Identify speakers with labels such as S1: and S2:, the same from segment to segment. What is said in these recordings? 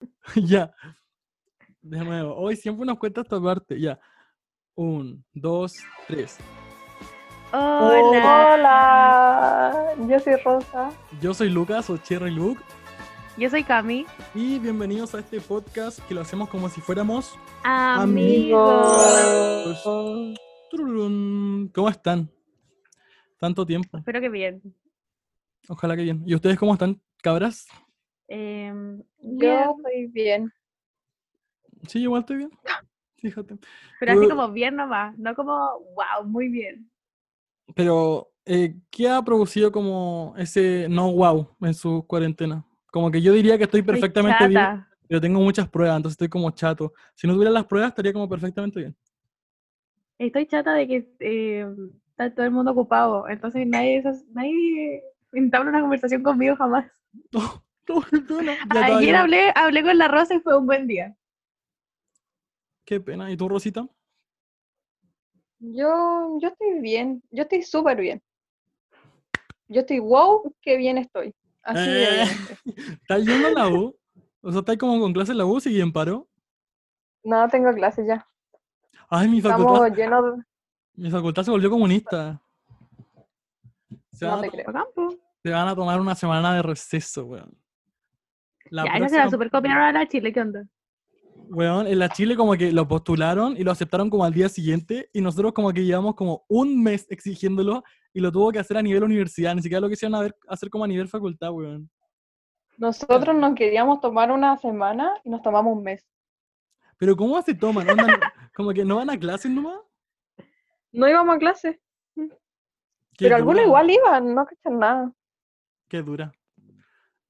S1: ya. De nuevo. Hoy siempre nos cuesta esta parte. Ya. Un, dos, tres.
S2: Hola.
S3: Hola, yo soy Rosa.
S1: Yo soy Lucas o Cherry Luke.
S2: Yo soy Cami.
S1: Y bienvenidos a este podcast que lo hacemos como si fuéramos.
S2: Amigos.
S1: Amigos. Tururum. ¿Cómo están? Tanto tiempo.
S2: Espero que bien.
S1: Ojalá que bien. ¿Y ustedes cómo están, cabras?
S2: Em, bien.
S3: Yo estoy bien.
S1: Sí, igual estoy bien. Fíjate.
S2: Pero así
S1: yo-
S2: como bien nomás, no como wow, muy bien.
S1: Pero, eh, ¿qué ha producido como ese no wow en su cuarentena? Como que yo diría que estoy
S2: Estoy
S1: perfectamente bien,
S2: chata.
S1: pero tengo muchas pruebas, entonces estoy como chato. Si no tuviera las pruebas, estaría como perfectamente bien.
S2: Estoy chata de que em, está todo el mundo ocupado, entonces nadie, se- nadie entabla una conversación conmigo jamás.
S1: No, no, no, no, ya
S3: Ah,
S1: estaba
S2: Ayer
S1: llorando.
S2: hablé, hablé con la Rosa y fue un buen día.
S1: Qué pena. ¿Y tú, Rosita?
S3: Yo, yo estoy bien. Yo estoy súper bien. Yo estoy wow, qué bien estoy. Así de
S1: Eh.
S3: bien estoy.
S1: ¿Estás yendo a la U? O sea, ¿estás como con clase en la U? ¿Sí en paro?
S3: No tengo clases ya.
S1: Ay, mi facultad,
S3: Estamos llenos de...
S1: mi facultad se volvió comunista. Se
S3: No
S1: van, a,
S3: te
S1: to-
S3: creo.
S2: Bacán, po.
S1: se van a tomar una semana de receso, weón. La
S2: Ya, esa se la
S1: próxima-
S2: supercopiaron a la Chile, ¿qué onda?
S1: Weón, en la Chile como que lo postularon y lo aceptaron como al día siguiente y nosotros como que llevamos como un mes exigiéndolo y lo tuvo que hacer a nivel universidad, ni siquiera lo quisieron haber- hacer como a nivel facultad, weón.
S3: Nosotros nos queríamos tomar una semana y nos tomamos un mes.
S1: Pero ¿cómo se toman? Onda, no- como que no van a clases nomás.
S3: No íbamos a clases,
S1: Qué
S3: pero algunos
S1: dura,
S3: igual iban, no cachan nada.
S1: Qué dura.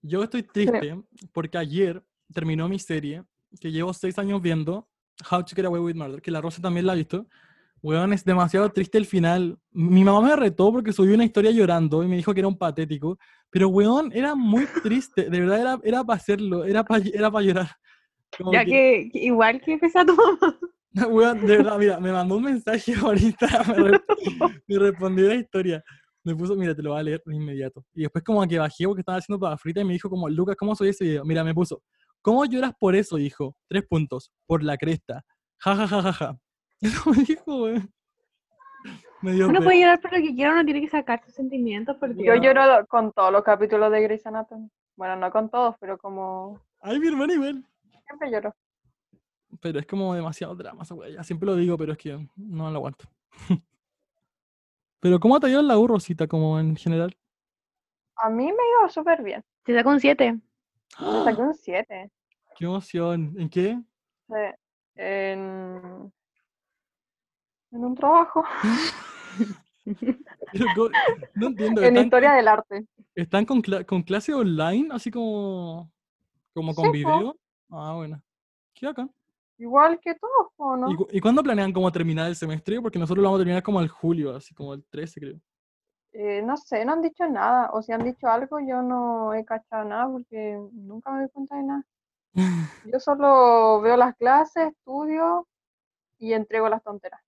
S1: Yo estoy triste porque ayer terminó mi serie que llevo seis años viendo, How to Get Away with Murder, que la Rosa también la ha visto. Weón, es demasiado triste el final. Mi mamá me retó porque subí una historia llorando y me dijo que era un patético. Pero, weón, era muy triste. De verdad, era, era para hacerlo. Era para era pa llorar. Como
S2: Ya que, que igual que pesa tu mamá.
S1: Weón, de verdad, mira, me mandó un mensaje ahorita, me, re- me respondió la historia. Me puso, mira, te lo voy a leer de inmediato. Y después como que bajé porque estaba haciendo papas fritas y me dijo como, Lucas, ¿cómo soy ese video? Mira, me puso, ¿cómo lloras por eso, hijo? Tres puntos, por la cresta. Ja, ja, ja, ja, ja. Eso me dijo, weón. Me dio
S2: Uno
S1: pena.
S2: puede llorar por lo que quiera, uno tiene que sacar sus sentimientos, por
S3: Yo
S2: Dios.
S3: lloro con todos los capítulos de Grey's Anatomy. Bueno, no con todos, pero como
S1: Ay, mi hermana igual.
S3: siempre lloro.
S1: Pero es como demasiado drama esa weá. Siempre lo digo, pero es que no lo aguanto. pero ¿cómo te dio la U, Rosita, como en general?
S3: A mí me iba súper bien.
S2: Te saco un 7.
S1: Ah.
S3: Saqué un 7.
S1: ¡Qué emoción! ¿En qué?
S3: Eh, en, en un trabajo,
S1: Pero co- No entiendo.
S3: en
S1: ¿Están,
S3: historia del arte.
S1: están con, cla- con clase online? Así como, como
S3: Sí,
S1: con
S3: po.
S1: video. Ah, bueno. Qué bacán.
S3: Igual que todos, ¿o no?
S1: ¿Y, cu- y cuándo planean como terminar el semestre? Porque nosotros lo vamos a terminar como el julio, así como el 13, creo.
S3: Eh, no sé, no han dicho nada. O si han dicho algo, yo no he cachado nada porque nunca me doy cuenta de nada. Yo solo veo las clases, estudio y entrego las tonteras.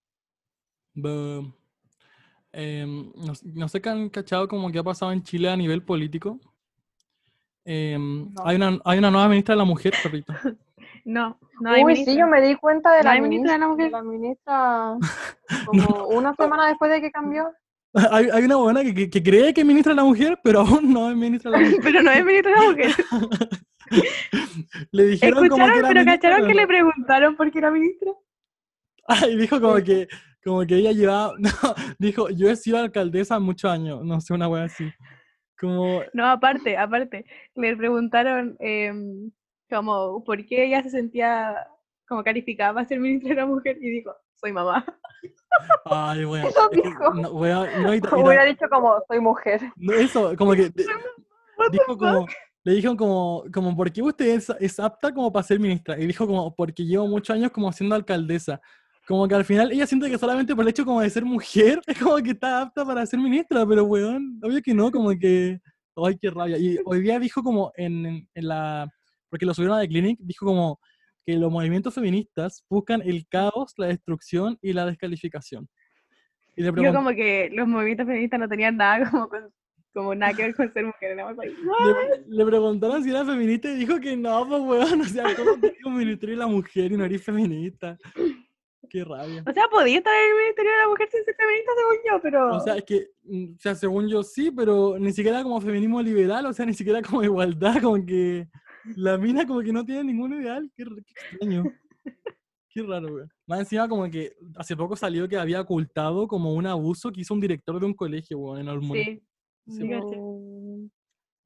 S1: Bum. Em, no, s- no sé qué han cachado como que ha pasado en Chile a nivel político. Em,
S3: No.
S1: hay, una, hay una nueva ministra de la mujer, perrito.
S2: No, no hay
S3: Uy, sí,
S2: ministra.
S3: yo me di cuenta de
S2: No
S3: la
S2: hay ministra de
S3: ministra,
S2: la
S3: de
S2: mujer.
S3: la ministra como una semana después de que cambió.
S1: Hay, hay una buena que, que- que cree que es ministra de la mujer, pero aún no es ministra de la mujer.
S2: Pero no es ministra de la mujer.
S1: Le dijeron como que
S2: Escucharon,
S1: era
S2: pero
S1: ministra,
S2: cacharon que
S1: weón.
S2: le preguntaron por qué era ministra.
S1: Ay, dijo como que, como que ella llevaba, no, dijo, yo he sido alcaldesa muchos años, no sé, una wea así. Como,
S2: No, aparte, aparte. Le preguntaron em, como por qué ella se sentía como calificada para ser ministra de la mujer y dijo, soy mamá.
S1: ay, wea.
S3: Eso
S1: es que
S3: dijo.
S1: No, wea, no, y ta- y ta-
S3: Hubiera dicho como, soy mujer.
S1: no, eso, como que, de-
S2: What the
S1: dijo
S2: fuck?
S1: como, le dijeron como, como, ¿por qué usted es, es apta como para ser ministra? Y dijo como, porque llevo muchos años como siendo alcaldesa. Como que al final ella siente que solamente por el hecho como de ser mujer, es como que está apta para ser ministra, pero weón, obvio que no, como que, ay, qué rabia. Y hoy día dijo como en, en- en la, porque lo subieron a The Clinic, dijo como que los movimientos feministas buscan el caos, la destrucción y la descalificación. Y le
S2: Dijo
S1: pregunté,
S2: como que los movimientos feministas no tenían nada como con Como nada que ver con ser mujer, nada más ahí.
S1: Le, le preguntaron si era feminista y dijo que no, pues weón, o sea, ¿cómo te digo ministerio de la mujer y no eres feminista? Qué rabia.
S2: O sea, podía estar en el Ministerio de la Mujer sin ser feminista, según yo, pero.
S1: O sea, es que, mm, o sea, según yo sí, pero ni siquiera como feminismo liberal, o sea, ni siquiera como igualdad, como que la mina como que no tiene ningún ideal, qué, r- qué extraño. Qué raro, weón. Más encima como que hace poco salió que había ocultado como un abuso que hizo un director de un colegio, weón, en Olmué.
S2: sí.
S1: Sí,
S2: Cacha.
S3: Mm,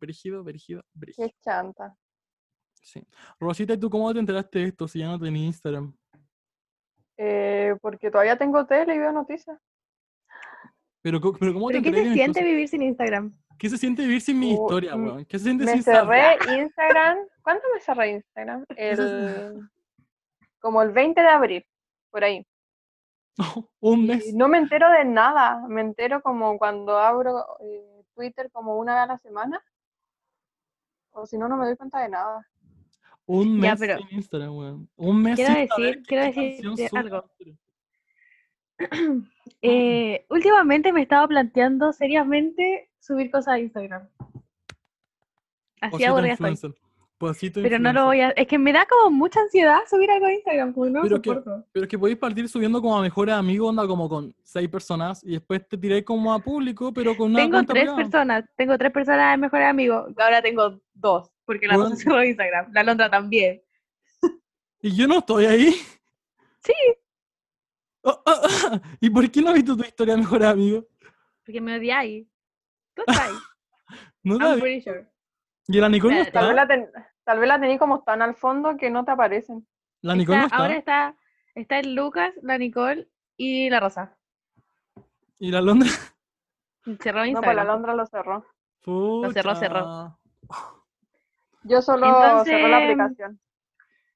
S1: brígido, brígido, brígido.
S3: Qué chanta.
S1: Sí. Rosita, ¿y tú cómo te enteraste de esto si ya no tenías Instagram?
S3: Eh, porque todavía tengo tele y veo noticias.
S1: Pero, co- pero ¿cómo
S2: ¿Pero
S1: te
S2: qué se
S1: enteraste
S2: siente vivir sin Instagram?
S1: ¿Qué se siente vivir sin mi
S3: Oh,
S1: historia,
S3: mm,
S1: weón? ¿Qué se siente
S3: Me
S1: sin saber?
S3: cerré Instagram. ¿Cuándo me cerré Instagram?
S1: Eso es-
S3: El, como el 20 de abril, por ahí.
S1: Un
S3: Y
S1: mes.
S3: No me entero de nada. Me entero como cuando abro eh, Twitter como una vez a la semana. O si no, no me doy cuenta de nada.
S1: Un mes
S2: Ya, pero-
S1: sin Instagram, weón. Un mes
S2: Quiero
S1: sin saber
S2: decir-
S1: qué
S2: quiero
S1: canción
S2: decirte
S1: sube
S2: algo.
S1: a Instagram.
S2: Eh, últimamente me estaba planteando seriamente subir cosas a Instagram. Así
S1: Posito
S2: aburrida estoy.
S1: influencer. Posito
S2: Pero no
S1: influencer.
S2: lo voy a. Es que me da como mucha ansiedad subir algo a Instagram, porque no lo
S1: Pero que-
S2: soporto.
S1: Pero es que podéis partir subiendo como a mejores amigos, onda como con seis personas, y después te tiráis como a público, pero con una
S2: Tengo
S1: cuenta
S2: tres
S1: privada.
S2: personas, tengo tres personas de mejores amigos. Ahora tengo dos, porque la
S1: Bueno.
S2: Rosa cerró Instagram, la Londra también.
S1: Y yo no estoy ahí.
S2: Sí.
S1: Oh, oh, oh. ¿Y por qué no has visto tu historia de mejores amigos?
S2: Porque me odiáis. Tú estás.
S1: No la
S2: I'm
S1: vi.
S2: pretty sure.
S1: Y la Nicole no
S2: Espérate.
S1: está.
S3: Tal vez
S1: La,
S3: la, ten- tal vez la tení como tan al fondo que no te aparecen.
S1: Nicole
S2: Está-
S1: no está.
S2: Ahora está, está el Lucas, la Nicole y la Rosa.
S1: Y la Londra.
S2: Cerró
S3: No, pues la
S2: Instagram.
S3: Londra lo cerró.
S2: cerró, cerró.
S1: Pucha.
S3: Yo solo cerré la
S2: Entonces,
S3: aplicación.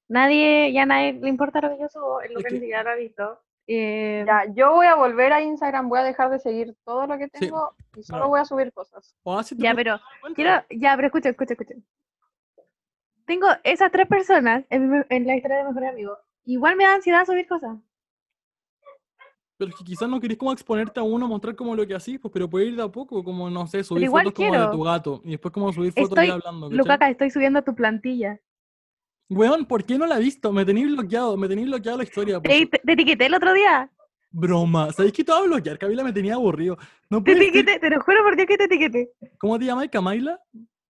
S2: nadie, ya a nadie le importa lo que yo subo, el Lucas
S1: que-
S2: ni siquiera lo ha visto. Eh,
S3: Ya, yo voy a volver a Instagram, voy a dejar de seguir todo lo que
S1: Sí,
S3: tengo y solo
S1: bravo.
S3: voy a subir cosas.
S1: O así te
S2: ya,
S1: puedes
S2: pero
S1: dar cuenta.
S2: Quiero, ya, pero escucha, escucha, escucha. Tengo esas tres personas en, mi me- en la historia de mejor amigo. Igual me da ansiedad subir cosas.
S1: Pero es que quizás no querés como exponerte a uno, mostrar como lo que hacís, pues, pero puede ir de a poco, como no sé, subir
S2: igual
S1: fotos como de
S2: quiero.
S1: tu gato y después como subir fotos
S2: Estoy-
S1: ahí hablando. ¿cachai?
S2: Lucaca, estoy subiendo tu plantilla.
S1: Weón, ¿por qué no la he visto? Me tenéis bloqueado, me tenéis bloqueado la historia. por
S2: Te, te- te etiqueté el otro día.
S1: Broma, ¿sabéis que te voy a bloquear? Camila me tenía aburrido. No
S2: Te
S1: puede ser.
S2: etiqueté, te lo juro por Dios que te etiqueté.
S1: ¿Cómo te llamas? ¿Camaila?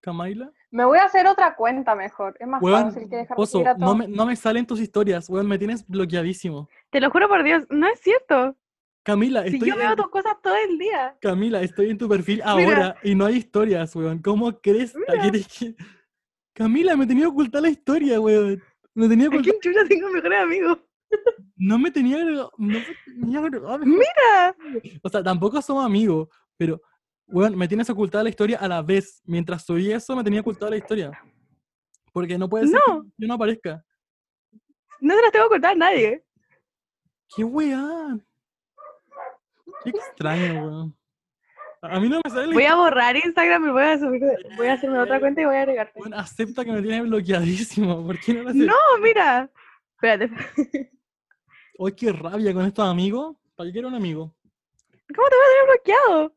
S1: ¿Camaila?
S3: Me voy a hacer otra cuenta mejor. Es más
S1: Weón,
S3: fácil que dejar de
S1: Oso,
S3: seguir a
S1: no
S3: todos.
S1: me, no me salen tus historias, weón, me tienes bloqueadísimo.
S2: Te lo juro por Dios, no es cierto.
S1: Camila,
S2: Si
S1: estoy,
S2: yo veo
S1: en,
S2: tus cosas todo el día.
S1: Camila, estoy en tu perfil ahora y no hay historias, weón. ¿Cómo crees?
S2: Mira.
S1: ¿Quieres que- Camila, me tenía ocultar la historia, weón. Me tenía
S2: ¿A
S1: ocultar...
S2: quién chucha tengo mejores amigos?
S1: No me tenía agregado. No me tenía agregado.
S2: Mira.
S1: O sea, tampoco somos amigos, pero, weón, me tienes ocultada la historia a la vez. Mientras soy eso, me tenía ocultada la historia. Porque no puede ser
S2: No.
S1: que yo no aparezca.
S2: No se las tengo que contar a nadie.
S1: ¡Qué weón! ¡Qué extraño, weón! A a mí no me sale la
S2: Voy a borrar Instagram y voy a subir, voy a hacerme otra cuenta y voy a agregarte.
S1: Weón, acepta que me tienes bloqueadísimo. ¿Por qué no lo haces?
S2: No, mira. Espérate.
S1: ¡Ay, qué rabia con estos amigos! ¿Para qué quiero un amigo?
S2: bloqueado.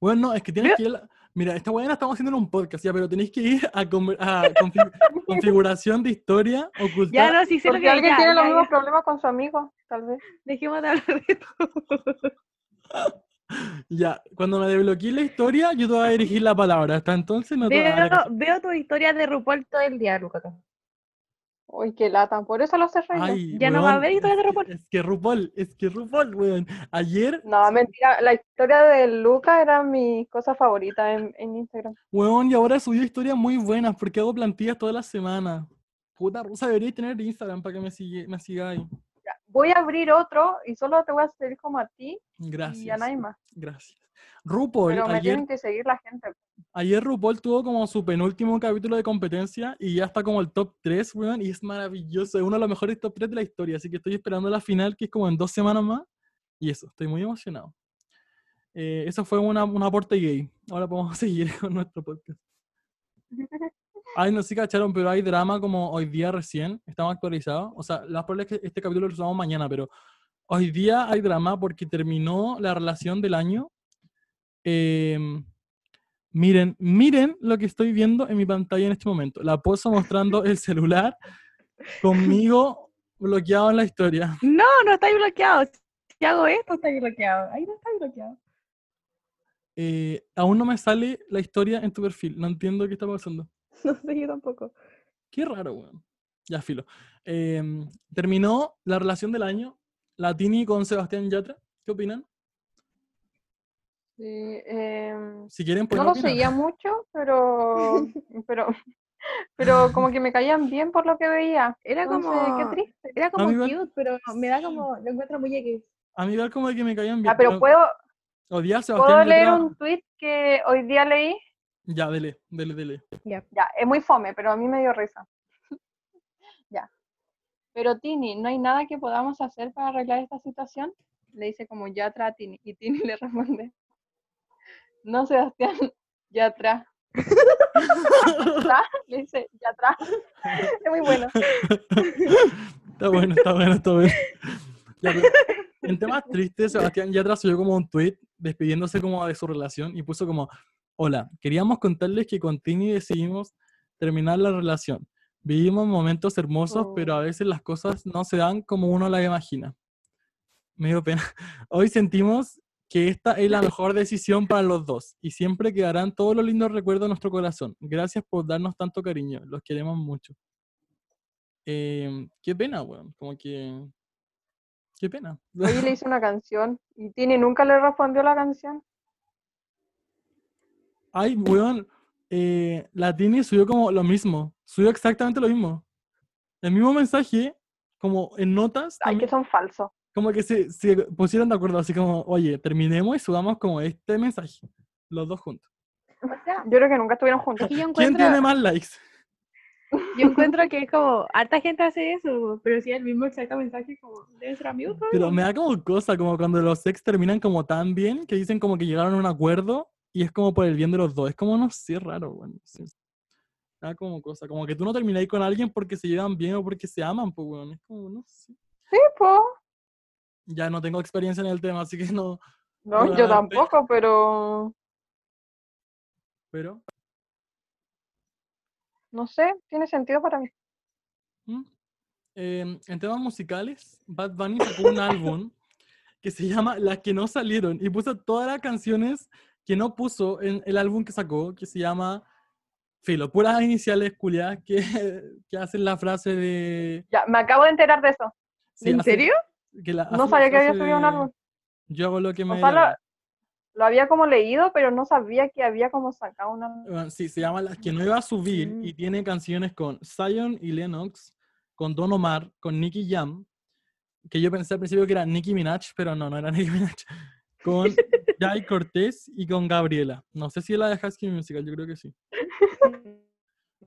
S1: Bueno, no, es que tienes
S2: Pero-
S1: que ir. a la- Mira, esta weá la estamos haciendo en un podcast, ya, pero tenéis que ir a, conver- a confi- configuración de historia, ocultar.
S2: Ya no, sí sé lo
S3: Porque
S2: que
S3: alguien
S2: ya,
S3: tiene los
S2: ya,
S3: mismos
S2: ya.
S3: problemas con su amigo, tal vez.
S2: Dejemos de hablar de todo.
S1: Ya, cuando me desbloqueé la historia, yo te voy a dirigir la palabra. Hasta entonces no te voy a dar
S2: Veo,
S1: la-
S2: veo tus historias de RuPaul todo el día, Luca.
S3: Uy, qué lata. Por eso lo cerré. yo.
S1: Ay,
S2: Ya no va a
S1: weón,
S2: haber
S1: es
S2: historias de
S1: que-
S2: RuPaul.
S1: Es que RuPaul, es que RuPaul, weón. Ayer,
S3: No, mentira. La historia de Luca era mi cosa favorita en, en Instagram.
S1: weón, y ahora subió historias muy buenas porque hago plantillas todas las semanas. Puta rusa, debería tener Instagram para que me, sigue, me sigáis.
S3: Ya, Voy a abrir otro y solo te voy a seguir como a ti y a
S1: Gracias.
S3: nadie más.
S1: Gracias. RuPaul,
S3: Pero me
S1: ayer,
S3: tienen que seguir la gente.
S1: ayer RuPaul tuvo como su penúltimo capítulo de competencia y ya está como el top 3, weón, y es maravilloso. Es uno de los mejores top 3 de la historia, así que estoy esperando la final, que es como en dos semanas más. Y eso, estoy muy emocionado. Eh, eso fue una- un aporte gay. Ahora podemos seguir con nuestro podcast. Ay, no sé si cacharon, pero hay drama como hoy día recién. Estamos actualizados. O sea, la probable es que este capítulo lo subamos mañana, pero hoy día hay drama porque terminó la relación del año. em, Miren, miren lo que estoy viendo en mi pantalla en este momento. La pozo mostrando el celular conmigo bloqueado en la historia.
S2: No, no estáis bloqueado. Si hago esto, estáis bloqueado. Ahí no estáis bloqueado.
S1: Eh, aún no me sale la historia en tu perfil. No entiendo qué está pasando.
S2: No sé, yo tampoco.
S1: Qué raro, weón. Ya filo. Eh, terminó la relación del año, la Tini con Sebastián Yatra. ¿Qué opinan?
S3: Sí, em,
S1: Si quieren, pues
S3: no lo seguía mucho, pero, pero, pero como que me caían bien por lo que veía.
S2: Era como,
S3: Entonces, qué triste.
S2: era como
S1: mí igual.
S2: cute, pero no, me da como, lo encuentro muy X.
S1: A mí igual como de que me caían bien.
S3: Ah, pero puedo,
S1: Odiar a
S3: puedo
S1: Sebastián
S3: leer
S1: Yatra-
S3: un tweet que hoy día leí.
S1: Ya, dele, dele, dele.
S3: Ya, es muy fome, pero a mí me dio risa. ya. Pero Tini, ¿no hay nada que podamos hacer para arreglar esta situación? Le dice como Yatra a Tini. Y Tini le responde, no Sebastián, Yatra. ¿Yatra? Le dice, Yatra. es muy bueno.
S1: Está bueno, está bueno, está bueno. Ya, pero en temas tristes, Sebastián Yatra subió como un tweet despidiéndose como de su relación y puso como, hola, queríamos contarles que con Tini decidimos terminar la relación. Vivimos momentos hermosos, pero a veces las cosas no se dan como uno las imagina. Me dio pena. Hoy sentimos que esta es la mejor decisión para los dos y siempre quedarán todos los lindos recuerdos en nuestro corazón. Gracias por darnos tanto cariño. Los queremos mucho. Em, qué pena, weón. Como que... Qué pena.
S3: Hoy le hice una canción y Tini nunca le respondió la canción.
S1: Ay, weón. Eh, la Tini subió como lo mismo. Subió exactamente lo mismo. El mismo mensaje, como en notas,
S3: Ay, que
S1: también,
S3: son falsos.
S1: como que se, se pusieron de acuerdo, así como, oye, terminemos y subamos como este mensaje. Los dos juntos.
S2: O sea,
S3: Yo creo que nunca estuvieron juntos.
S2: es que yo
S1: ¿Quién tiene
S2: encuentro,
S1: más likes?
S2: yo encuentro que es como, harta gente hace eso, pero si es el mismo exacto mensaje, como, debe ser amigos, ¿no?
S1: Pero me da como cosa, como cuando los ex terminan como tan bien, que dicen como que llegaron a un acuerdo y es como por el bien de los dos. Es como, no sé, raro, bueno. Me da como cosa, como que tú no termináis con alguien porque se llevan bien o porque se aman, pues, weón. Es como, no sé.
S3: Sí, po.
S1: Ya no tengo experiencia en el tema, así que no,
S3: No,
S1: Claramente.
S3: yo tampoco, pero
S1: pero...
S3: no sé, tiene sentido para mí.
S1: ¿Mm? Em, en temas musicales, Bad Bunny sacó un álbum que se llama Las que no salieron y puso todas las canciones que no puso en el álbum que sacó, que se llama Filo, puras iniciales culiadas que, que hacen la frase de.
S3: Ya, me acabo de enterar de eso.
S1: sí,
S2: ¿En
S1: hacen-
S2: serio?
S1: que la- hacen
S3: No
S1: la
S3: sabía que había
S1: frase
S3: subido un
S1: de,
S3: álbum.
S1: Yo hago lo que me.
S3: O
S1: dé
S3: sea,
S1: la
S3: lo,
S1: gana".
S3: lo había como leído, pero no sabía que había como sacado una...
S1: Bueno, sí, se llama Las que no iba a subir y tiene canciones con Zion y Lennox, con Don Omar, con Nicky Jam, que yo pensé al principio que era Nicki Minaj, pero no, no era Nicki Minaj, con Jai Cortés y con Gabriela. No sé si es la de Husky Musical, yo creo que sí.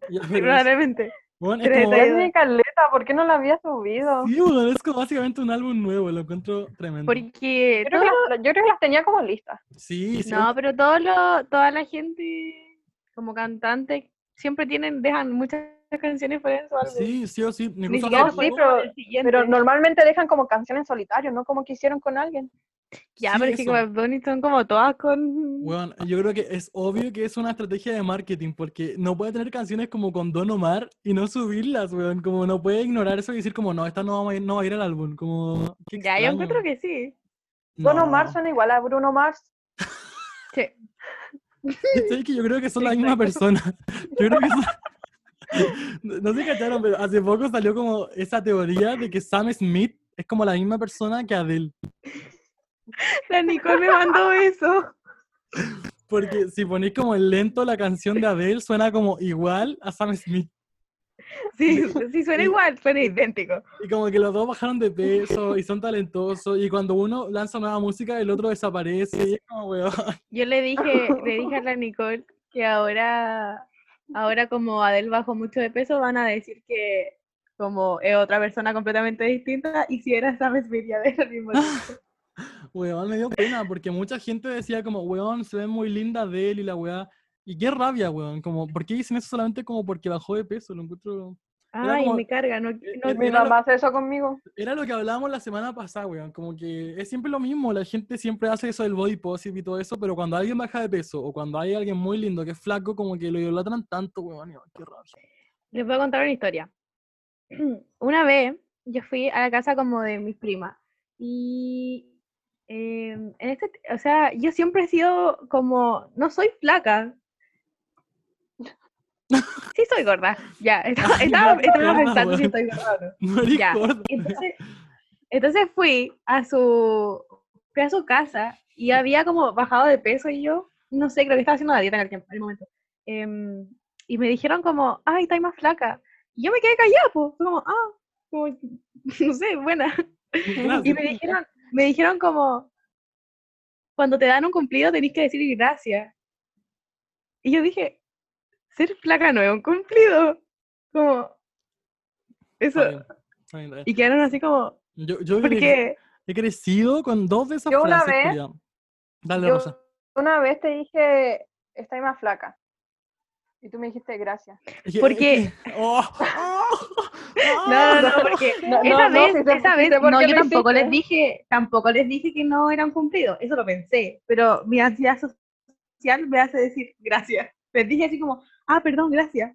S1: Ya, pero es-
S2: Probablemente.
S1: bueno, es
S2: tres
S1: como-
S2: detalles.
S3: Es mi caleta, ¿por qué no la había subido?
S1: sí, bueno, es como básicamente un álbum nuevo, lo encuentro tremendo.
S2: Porque
S3: Yo creo,
S2: todo-
S3: que las, yo creo que las tenía como listas.
S1: Sí, sí,
S2: no, pero todo lo, toda la gente como cantante siempre tienen, dejan muchas canciones fuera de su álbum.
S1: sí, sí o sí.
S2: Ni
S1: incluso hace
S2: siquiera
S3: sí,
S1: poco-
S2: fue
S3: pero-
S2: el siguiente.
S3: Pero normalmente dejan como canción en solitario, no como que hicieron con alguien.
S2: ya,
S1: sí,
S2: pero es que
S1: eso.
S2: Bad Bunny son como todas con...
S1: Bueno, yo creo que es obvio que es una estrategia de marketing, porque no puede tener canciones como con Don Omar y no subirlas, weón. Como no puede ignorar eso y decir como, no, esta no, vamos a ir- no va a ir al álbum. Como, qué
S2: ya, yo encuentro
S1: extraño.
S2: que sí.
S3: Don Omar
S1: No.
S3: suena igual a Bruno Mars.
S2: Sí.
S1: Yo sé que yo creo que son la misma persona. Yo creo que son- No no se cacharon, pero hace poco salió como esa teoría de que Sam Smith es como la misma persona que Adele.
S2: La Nicole me mandó eso.
S1: Porque si ponéis como en lento la canción de Adele, suena como igual a Sam Smith.
S2: Sí, sí suena igual, suena idéntico.
S1: Y como que los dos bajaron de peso y son talentosos. Y cuando uno lanza nueva música, el otro desaparece. Y es como, weón.
S2: Yo le dije, le dije a la Nicole que ahora, ahora como Adel bajó mucho de peso, van a decir que como es otra persona completamente distinta y si era Sam Smith y Adele al mismo tiempo.
S1: Weón, me dio pena porque mucha gente decía como, weón, se ve muy linda de él y la weá. Y qué rabia, weón. Como, ¿por qué dicen eso solamente como porque bajó de peso? Lo encuentro
S2: Ay,
S1: como- eh,
S2: me carga, no, no-
S1: es
S3: Mi
S1: Mira lo-
S3: mamá hace eso conmigo.
S1: Era lo que hablábamos la semana pasada, weón. Como que es siempre lo mismo. La gente siempre hace eso del body positive y todo eso, pero cuando alguien baja de peso o cuando hay alguien muy lindo que es flaco, como que lo idolatran tanto, weón. y, oh, Qué rabia.
S2: Les voy a contar una historia. Una vez yo fui a la casa como de mis primas y eh, en este, o sea, yo siempre he sido como, no soy flaca. Sí soy gorda, ya, estaba,
S1: Ay,
S2: estaba-
S1: no,
S2: estaba
S1: gorda,
S2: pensando si
S1: weón.
S2: estoy gorda o no.
S1: No eres
S2: Ya.
S1: gorda.
S2: Entonces, entonces fui a su fui a su casa y había como bajado de peso y yo, no sé, creo que estaba haciendo la dieta en el, tiempo, en el momento. Em, y me dijeron como, ay, estás más flaca. Y yo me quedé callada, pues, fue como, ah, como, no sé, buena. Y
S1: Gracias.
S2: me dijeron, me dijeron como, cuando te dan un cumplido tenés que decir gracias. Y yo dije, ser flaca no es un cumplido. Como, eso.
S1: Está bien, está bien, está bien.
S2: Y quedaron así como,
S1: Yo, yo cre-
S2: porque
S1: he crecido con dos de esas
S3: Yo una
S1: frases.
S3: vez-
S1: culiao. Dale,
S3: Yo
S1: Rosa.
S3: una vez te dije, estoy más flaca. Y tú me dijiste, gracias.
S1: Es que-
S2: porque-
S1: es que- oh, oh, oh.
S2: no, no, no, porque
S3: No,
S2: esa
S3: no, no,
S2: vez,
S3: sí sé-
S2: esa
S3: sí
S2: vez,
S3: sé por
S2: no,
S3: qué
S2: yo
S3: lo
S2: tampoco les
S3: hiciste.
S2: dije, tampoco les dije que no eran cumplidos, eso lo pensé, pero mi ansiedad social me hace decir gracias. Les dije así como, ah, perdón, gracias.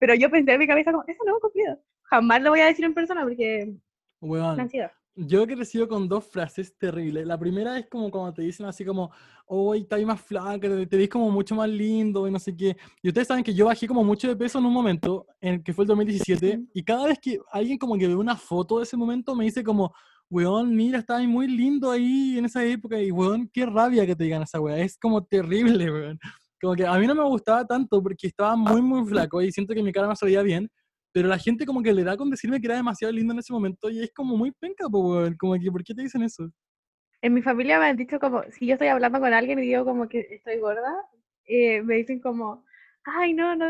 S2: Pero yo pensé en mi cabeza como, eso no es un cumplido. Jamás lo voy a decir en persona porque
S1: Weón.
S2: me ansiedad.
S1: Yo he crecido con dos frases terribles. La primera es como cuando te dicen así como, hoy estás más flaca, te, te ves como mucho más lindo y no sé qué. Y ustedes saben que yo bajé como mucho de peso en un momento, en que fue el 2017, y cada vez que alguien como que ve una foto de ese momento me dice como, weón, mira, estabas muy lindo ahí en esa época, y weón, qué rabia que te digan esa weá, es como terrible, weón. Como que a mí no me gustaba tanto porque estaba muy, muy flaco y siento que mi cara no se veía bien, pero la gente como que le da con decirme que era demasiado lindo en ese momento y es como muy penca, po, weón. Como que, ¿por qué te dicen eso?
S2: En mi familia me han dicho como, si yo estoy hablando con alguien y digo como que estoy gorda, eh, me dicen como, ay, no, no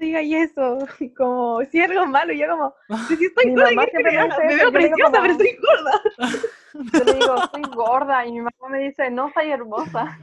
S2: digas eso, como si es algo malo, y yo como, "Pues si sí estoy
S3: Mi
S2: gorda,
S3: mamá
S2: ¿qué
S3: siempre me
S2: quieres que
S3: dice
S2: haga? me veo
S3: eso, yo le digo
S2: preciosa, pero
S3: como-
S2: estoy gorda.
S3: Yo le digo, soy gorda. Y mi mamá me dice, no, soy hermosa.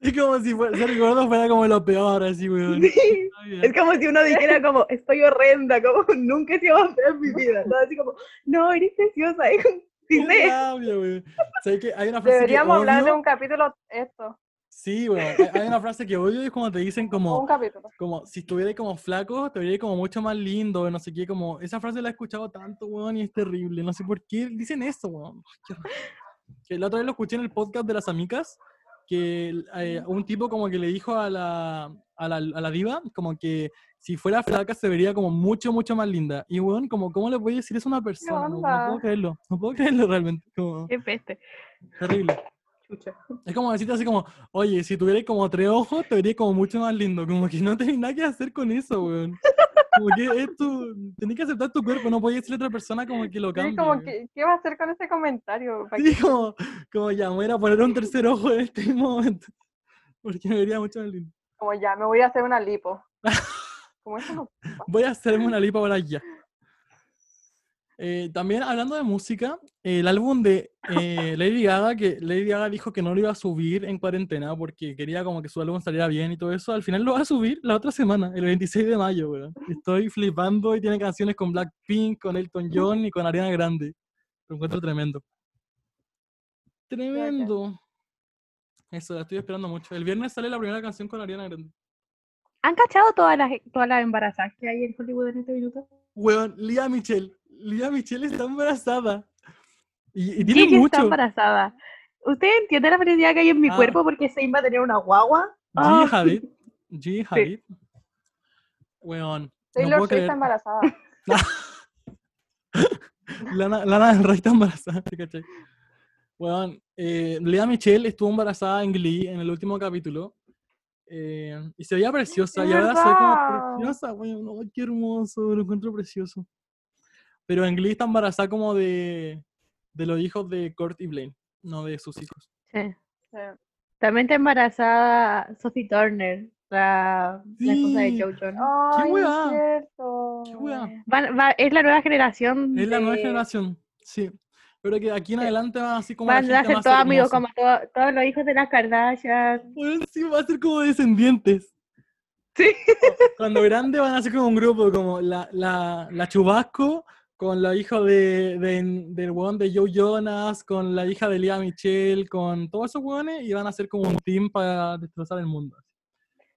S1: Es como si fuera, ser gordo fuera como lo peor, así, weón.
S2: Sí.
S1: Está bien.
S2: Es como si uno dijera como, estoy horrenda, como nunca he sido más fea en mi vida. Todo así como, no, eres preciosa. es como, Sí,
S1: Qué
S2: sé.
S1: rabia, weón. ¿Sabes qué? Hay una frase
S3: Deberíamos
S1: que odio.
S3: hablar de un capítulo esto.
S1: Sí, weón. Hay- Hay una frase que odio y es cuando te dicen como...
S3: Un capítulo.
S1: como si estuviera como flaco, te vería como mucho más lindo, no sé qué, como esa frase la he escuchado tanto, weón, y es terrible, no sé por qué dicen eso, weón. Qué raro. Que la otra vez lo escuché en el podcast de las amigas, que el- eh, un tipo como que le dijo a la, a la, a la diva, como que si fuera flaca se vería como mucho, mucho más linda. Y weón, como, ¿cómo le voy a decir eso a una persona? No, no
S3: onda?
S1: puedo creerlo, no puedo creerlo realmente, como,
S2: Qué peste.
S1: terrible.
S2: Chucha.
S1: Es como decirte así como, oye, si tuviera como tres ojos, te vería como mucho más lindo. Como que no tenés nada que hacer con eso, weón. Como que es tu... Tenés que aceptar tu cuerpo, no podías decirle a otra persona como que lo
S3: Sí,
S1: cambie.
S3: como,
S1: weón.
S3: ¿qué, ¿qué va a hacer con ese comentario? ¿Para
S1: Sí, como, como ya, me voy a ir a poner un tercer ojo en este momento. Porque me vería mucho más lindo.
S3: Como ya, me voy a hacer una lipo. Como eso no.
S1: Voy a hacerme una lipa ahora ya. Eh, también hablando de música, el álbum de eh, Lady Gaga, que Lady Gaga dijo que no lo iba a subir en cuarentena porque quería como que su álbum saliera bien y todo eso, al final lo va a subir la otra semana, el 26 de mayo, weón. Estoy flipando y tiene canciones con Blackpink, con Elton John y con Ariana Grande. Lo encuentro tremendo. Tremendo. Eso, la estoy esperando mucho. El viernes sale la primera canción con Ariana Grande.
S2: ¿Han cachado todas las, todas las embarazadas que hay en Hollywood en este minuto?
S1: Weón, Lía Michelle. Lía Michelle está embarazada. Y, y tiene
S2: Gigi
S1: mucho.
S2: está embarazada. ¿Usted entiende la felicidad que hay en mi
S1: Ah.
S2: cuerpo porque se iba a tener una guagua?
S1: Gigi
S2: Ah.
S1: Hadid. Gigi Hadid. Weón.
S3: Taylor
S1: no puedo
S3: Swift
S1: creer.
S3: está embarazada.
S1: Lana, Lana del Rey está embarazada, ¿te cachai? Weón, eh, Lea Michelle estuvo embarazada en Glee en el último capítulo. eh, y se veía preciosa.
S3: Es
S1: y ahora se ve
S3: verdad.
S1: como preciosa, weón. ay, qué hermoso, lo encuentro precioso. Pero en Glee está embarazada como de, de los hijos de Kurt y Blaine, no de sus hijos.
S2: Sí.
S3: Sí.
S2: También está embarazada Sophie Turner, la, la esposa de
S1: Sí.
S2: Joe Jonas.
S3: Ay, es
S1: weá?
S3: cierto.
S1: Qué weá.
S2: Van- va- es la nueva generación.
S1: Es la nueva
S2: de-
S1: generación, sí. Pero que aquí en
S2: Eh,
S1: adelante va así como la
S2: Van a
S1: gente
S2: ser
S1: más
S2: todos amigos,
S1: hermosa.
S2: como to- todos los hijos de las Kardashian.
S1: Weón, sí, va a ser como descendientes.
S2: Sí.
S1: Cuando grande van a ser como un grupo, como la, la, la Chubasco con la hija de, de- del weón de Joe Jonas, con la hija de Lea Michelle, con todos esos weones, y van a ser como un team para destrozar el mundo.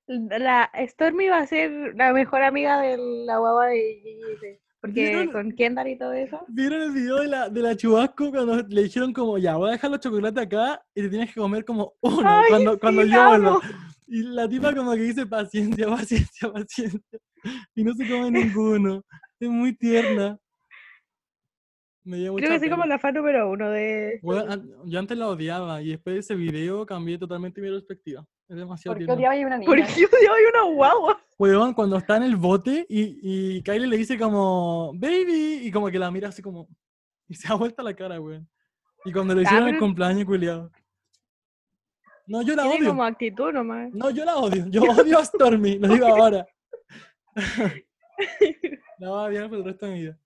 S2: La Stormy va a ser la mejor amiga de la guagua de Gigi. Porque
S1: ¿Vieron?
S2: con Kendall y todo eso.
S1: ¿Vieron el video de la, de la Chubasco cuando le dijeron como, ya, voy a dejar los chocolates acá y te tienes que comer como uno
S2: Ay,
S1: cuando, cuando
S2: sí,
S1: yo
S2: la
S1: vuelva?
S2: amo.
S1: Y la tipa como que dice, paciencia, paciencia, paciencia. Y no se come ninguno. Es muy tierna. Me dio mucha
S2: Creo que soy
S1: pena.
S2: como la fan número uno de.
S1: Weón, an- yo antes la odiaba y después de ese video cambié totalmente mi perspectiva. Es demasiado
S3: ¿Por qué
S1: tierna.
S3: odiaba a una niña?
S2: ¿Por qué yo hay una guagua?
S1: Weón, cuando está en el bote y, y Kylie le dice como, baby, y como que la mira así como, y se ha vuelto la cara, weón. Y cuando le
S2: Ah,
S1: hicieron el
S2: pero-
S1: cumpleaños, culiado. No, yo la
S2: Tiene
S1: odio.
S2: como actitud nomás.
S1: No, yo la odio. Yo odio a Stormy, lo digo ahora. La voy a odiar por el resto de mi vida.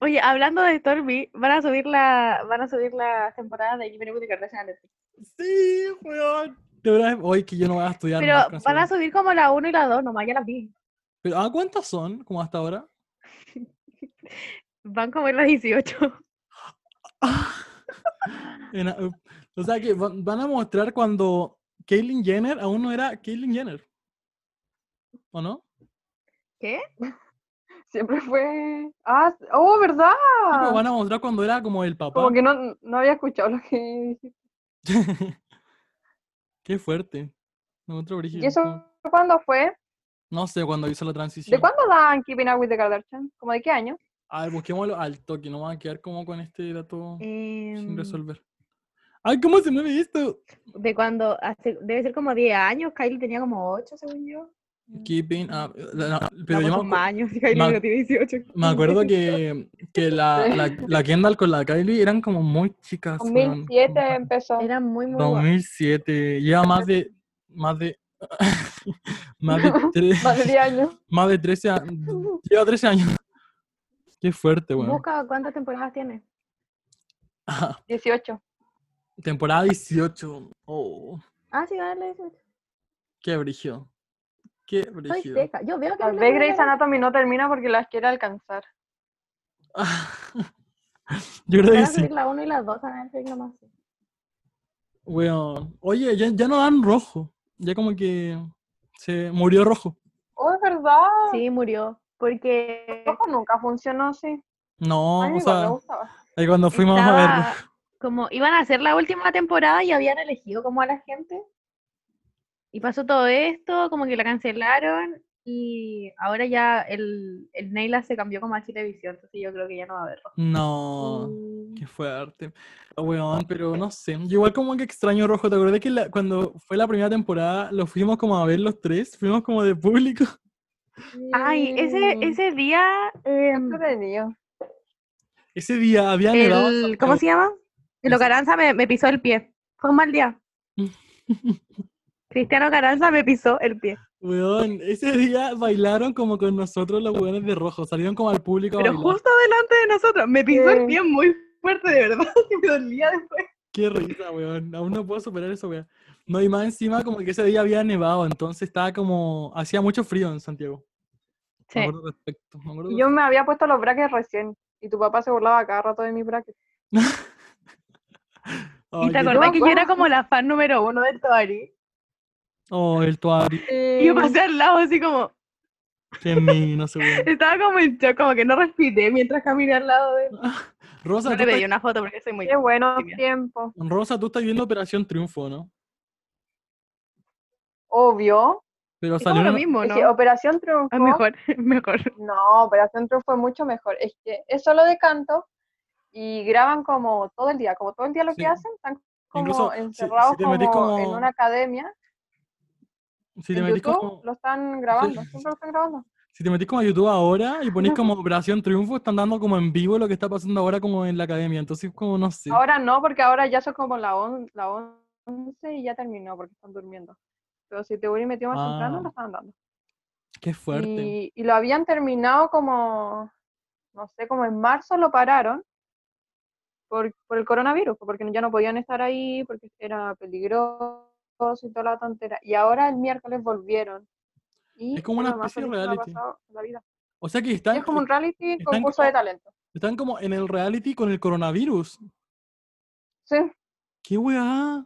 S2: Oye, hablando de Stormy, van a subir la, van a subir la temporada de Jimmy Neutron Kardashian a Netflix.
S1: Sí, weón. De verdad, hoy que yo no voy a estudiar más
S2: Pero
S1: con
S2: van a
S1: eso.
S2: subir como la 1 y la 2 nomás, ya las vi.
S1: Pero, ¿ah, cuántas son? Como hasta ahora.
S2: Van como en las 18.
S1: En a- up. uh, o sea que van van a mostrar cuando Caitlyn Jenner aún no era Caitlyn Jenner. ¿O no?
S2: ¿Qué?
S3: Siempre fue. Ah, oh, ¿verdad?
S1: Sí, pero pues, van a mostrar cuando era como el papá.
S3: Como que no, no había escuchado lo que dijiste.
S1: Qué fuerte. Lo encuentro
S3: ¿Y
S1: brígido,
S3: eso cuándo fue?
S1: No sé cuándo hizo la transición.
S3: ¿De cuándo dan Keeping Up with the Kardashians? ¿Como de qué año?
S1: A ver, busquémoslo al toque. No van a quedar como con este dato sin
S2: Em,
S1: resolver. Ay, ¿cómo se me ve esto?
S2: de cuando, hace, debe ser como 10 años, Kylie tenía como 8, según yo.
S1: Keeping up. No, no,
S2: No,
S1: pero yo
S2: pues
S1: me
S2: son
S1: acu-
S2: más años, si Kylie
S1: me ac-
S2: no tiene 18.
S1: Me acuerdo que, que la, la, la Kendall con la Kylie eran como muy chicas. weón,
S3: 2007
S1: como-
S3: empezó.
S2: Era muy, muy guapa.
S1: 2007. Lleva más de. Más de. más, de tres-
S3: Más de 10 años.
S1: más de 13 años. Lleva 13 años. Qué fuerte, weón.
S2: Busca cuántas temporadas tiene.
S1: Ajá,
S3: 18.
S1: Temporada 18. Oh,
S2: Ah, sí, dale 18.
S1: qué brígido. Qué
S2: Soy
S1: brígido.
S2: seca. Yo veo que.
S3: Tal
S2: no le
S3: vez
S2: veo
S3: Grey's
S2: la-
S3: Anatomy no termina porque las quiere alcanzar.
S1: Yo creo
S2: Van
S1: que
S2: a
S1: sí.
S2: subir la 1 y la 2 a Netflix nomás.
S1: Weón. Oye, ya, ya no dan rojo. Ya como que. Se murió rojo.
S3: Oh, es verdad.
S2: Sí, murió. Porque
S3: Ojo, nunca funcionó, sí.
S1: No,
S3: A mí
S1: o
S3: igual me
S1: sea,
S3: gustaba.
S1: ahí cuando fuimos a verlo.
S2: estaba como iban a hacer la última temporada y habían elegido como a la gente. Y pasó todo esto, como que la cancelaron y ahora ya el, el Neila se cambió como a televisión, entonces yo creo que ya no va a haber rojo.
S1: No, qué fuerte. Ah, Weón, pero no sé. Yo igual como que extraño rojo. ¿Te acordás que la- cuando fue la primera temporada lo fuimos como a ver los tres? Fuimos como de público.
S2: Ay, ese,
S3: Mm,
S2: ese día, em,
S3: entretenido.
S1: Ese día había nevado. en
S2: el, ¿cómo se llama? El
S1: No sé.
S2: Ocaranza me, me pisó el pie. Fue un mal día. Cristiano Caranza me pisó el pie.
S1: Weón, ese día bailaron como con nosotros los weones de rojo. Salieron como al público a
S2: Pero
S1: bailar.
S2: justo delante de nosotros. Me pisó
S3: Sí.
S2: el pie muy fuerte, de verdad. que me dolía después.
S1: Qué risa, weón. Aún no puedo superar eso, weón. No, y más encima como que ese día había nevado. Entonces estaba como... Hacía mucho frío en Santiago. Me acuerdo perfecto, me acuerdo
S3: Y Yo me había puesto los brackets recién. Y tu papá se burlaba cada rato de mis brackets.
S1: perfecto.
S2: ¿Y te
S1: Ay,
S2: acordás que yo era
S3: guau.
S2: como la fan número uno del Toari?
S1: Oh, el tuari.
S2: Y yo pasé al lado así como,
S1: Qué mino ese weón.
S2: estaba como en shock, como que no respiré mientras caminé al lado de él.
S1: Rosa,
S2: No
S1: tú
S2: le pedí
S1: estás,
S2: una foto porque soy muy...
S3: Qué buenos
S2: Genial.
S3: tiempos.
S1: Rosa, tú estás viendo Operación Triunfo, ¿no?
S3: Obvio.
S1: Pero
S2: Es como
S1: salió
S2: lo
S1: en-
S2: mismo,
S3: Es
S2: ¿no?
S3: que Operación Triunfo.
S2: Es mejor, mejor.
S3: No, Operación Triunfo fue mucho mejor. Es que es solo de canto y graban como todo el día, como todo el día lo
S1: Sí.
S3: que hacen, están como
S1: Incluso si- si
S3: encerrados
S1: te metís
S3: como en
S1: como-
S3: una academia.
S1: si, te
S3: en
S1: metís
S3: YouTube
S1: como,
S3: lo están grabando, siempre lo están grabando.
S1: si te metís como a YouTube ahora y ponés como Operación Triunfo, están dando como en vivo lo que está pasando ahora como en la academia. Entonces, como no sé.
S3: Ahora no, porque ahora ya son como la, on- la 11 y ya terminó porque están durmiendo. Pero si te hubiera metido más temprano,
S1: Ah,
S3: lo estaban dando.
S1: Qué fuerte.
S3: Y, y lo habían terminado como, no sé, como en marzo lo pararon por, por el coronavirus, porque ya no podían estar ahí, porque era peligroso y toda la tontera. Y ahora el miércoles volvieron Y
S1: Es como una
S3: lo más
S1: especie de
S3: feliz que me ha
S1: reality.
S3: pasado en la vida.
S1: O sea que
S3: Sí,
S1: están,
S3: es como un reality
S1: están
S3: concurso
S1: como-
S3: de talento.
S1: están como en el reality con el coronavirus.
S3: Sí,
S1: ¡Qué weá!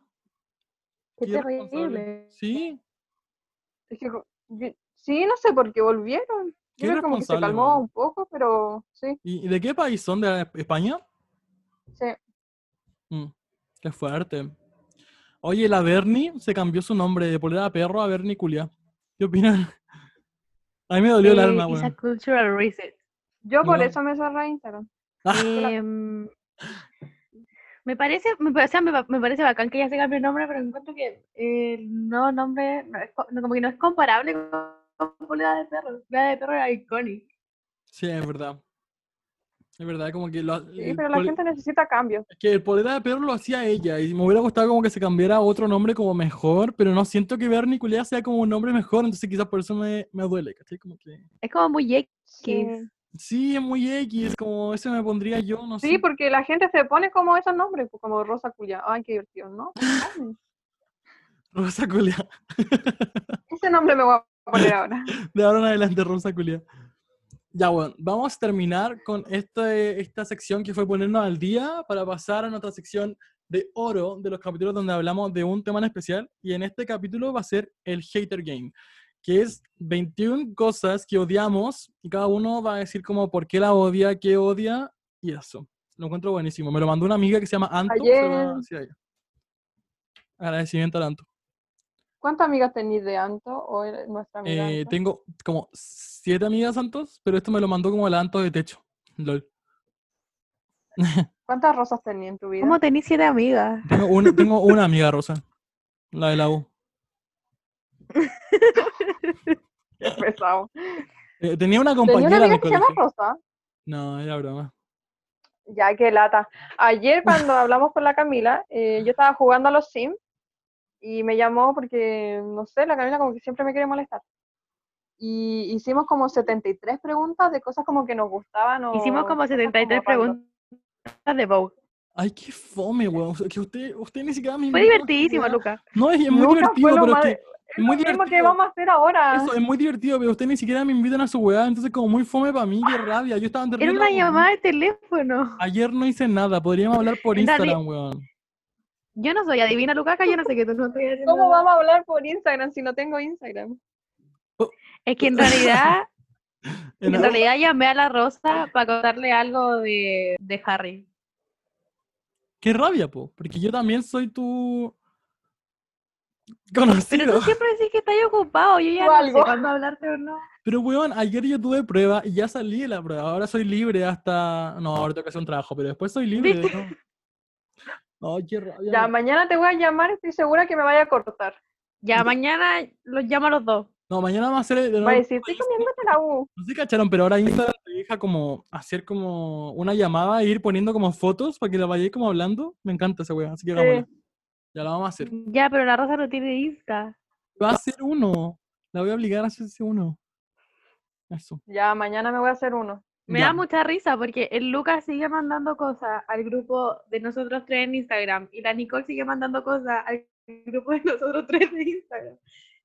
S3: qué
S1: qué irresponsable.
S3: terrible.
S1: Sí,
S3: Es que co- yo- sí, no sé por qué volvieron.
S1: Qué
S3: Yo creo como que se
S1: irresponsable,
S3: calmó
S1: weón.
S3: un poco, pero sí,
S1: ¿Y y de qué país son? ¿De la- España?
S3: sí.
S1: Mm, qué fuerte. Oye, la Bernie se cambió su nombre de polera a perro a Bernie Culia. ¿Qué opinan? A mí me dolió el alma,
S2: It's a
S1: weón.
S2: cultural reset.
S3: Yo por
S1: No.
S3: eso me cerré a Instagram.
S2: Em, me parece, me, pa- o sea, me, pa- me parece bacán que ya se cambie el nombre, pero encuentro que el nuevo nombre no es, co- no, como que no es comparable con Pulgada de Perro. Pulgada de Perro era icónica.
S1: Sí, es verdad. Es verdad, como que lo,
S3: Sí,
S1: el
S3: pero la
S1: pol-
S3: gente necesita cambios.
S1: es que el polera de perro lo hacía ella y me hubiera gustado como que se cambiara a otro nombre como mejor, pero no siento que Bernie Culia sea como un nombre mejor, entonces quizás por eso me, me duele, ¿cachai? Como que...
S2: Es como muy X.
S3: Sí.
S1: Sí, es muy X, como ese me pondría yo, no
S3: Sí,
S1: sé.
S3: porque la gente se pone como esos nombres, pues, como Rosa Cuya. Ay, qué divertido, ¿no?
S1: Rosa Culia.
S3: Ese nombre me voy a poner ahora.
S1: De ahora en adelante, Rosa Culia. Ya, bueno, vamos a terminar con este, esta sección que fue ponernos al día para pasar a nuestra sección de oro de los capítulos donde hablamos de un tema en especial. Y en este capítulo va a ser el Hater Game, que es 21 cosas que odiamos y cada uno va a decir como por qué la odia, qué odia y eso. Lo encuentro buenísimo. Me lo mandó una amiga que se llama Anto. se lo voy a
S3: Ayer.
S1: decir a ella. Agradecimiento a Anto.
S3: ¿Cuántas amigas tenéis de Anto o eres nuestra amiga?
S1: Eh,
S3: Anto?
S1: tengo como siete amigas Santos, pero esto me lo mandó como el Anto de techo. LOL.
S3: ¿Cuántas rosas tenías en tu vida?
S2: ¿Cómo tenés siete amigas?
S1: Tengo, un- tengo una amiga rosa, la de la U.
S3: Qué pesado.
S1: Eh, tenía una
S3: Tenía
S1: compañera
S3: una
S1: en
S3: amiga
S1: el
S3: que se llama
S1: colegio.
S3: Rosa.
S1: No, era broma.
S3: Ya, qué lata. Ayer cuando hablamos con la Camila, eh, yo estaba jugando a los Sims y me llamó porque, no sé, la Camila como que siempre me quiere molestar. Y hicimos como 73 preguntas de cosas como que nos gustaban o...
S2: Hicimos como
S3: cosas
S2: 73
S3: random.
S2: preguntas de Vogue.
S1: Ay, qué fome, weón. O sea, que usted, usted ni siquiera me invitó
S2: Fue
S1: a
S2: divertidísimo,
S1: esta weá.
S2: Lucas.
S1: No, es, es muy
S3: Nunca fue
S1: divertido,
S3: lo
S1: pero es
S3: más-
S1: que muy
S3: Es lo mismo que
S1: divertido.
S3: vamos a hacer ahora.
S1: eso es muy divertido, pero usted ni siquiera me invitan a su weá, entonces como muy fome para mí, qué rabia. Yo estaba en
S2: Era una llamada de teléfono.
S1: Ayer no hice nada, podríamos hablar por
S2: En realidad-
S1: Instagram, weón.
S2: Yo no soy adivina, Lucaca, yo no sé qué tú no estoy haciendo.
S3: ¿Cómo
S2: nada.
S3: vamos a hablar por Instagram si no tengo Instagram?
S2: Es que en realidad
S1: En-
S2: En realidad llamé a la Rosa para contarle algo de, de Harry.
S1: Qué rabia, po, porque yo también soy tu conocido.
S2: Pero tú siempre decís que estás ocupado, yo ya
S3: O
S2: no
S3: algo.
S2: sé cuándo hablarte o no.
S1: Pero, weón, ayer yo tuve prueba y ya salí de la prueba. Ahora soy libre hasta. No, ahora tengo que hacer un trabajo, pero después soy libre.
S2: ¿Viste?
S1: ¿no? Ay, qué rabia.
S3: Ya,
S1: weón.
S3: mañana te voy a llamar, estoy segura que me vaya a cortar.
S2: Ya mañana los llamo a los dos.
S1: No, pues, mañana va a ser.
S3: Va a decir, estoy comiéndote la U.
S1: No sé si cacharon, pero ahora Instagram te deja como hacer como una llamada e ir poniendo como fotos para que la vayáis como hablando. Me encanta ese weón, así que
S3: Sí.
S1: hagámosla. Ya la vamos a hacer.
S2: Ya, pero la Rosa no tiene Insta.
S1: Va a hacer uno. La voy a obligar a hacerse uno. Eso.
S3: Ya, mañana me voy a hacer uno.
S2: Me
S1: Ya.
S2: da mucha risa porque el Lucas sigue mandando cosas al grupo de nosotros tres en Instagram y la Nicole sigue mandando cosas al grupo de nosotros tres en Instagram.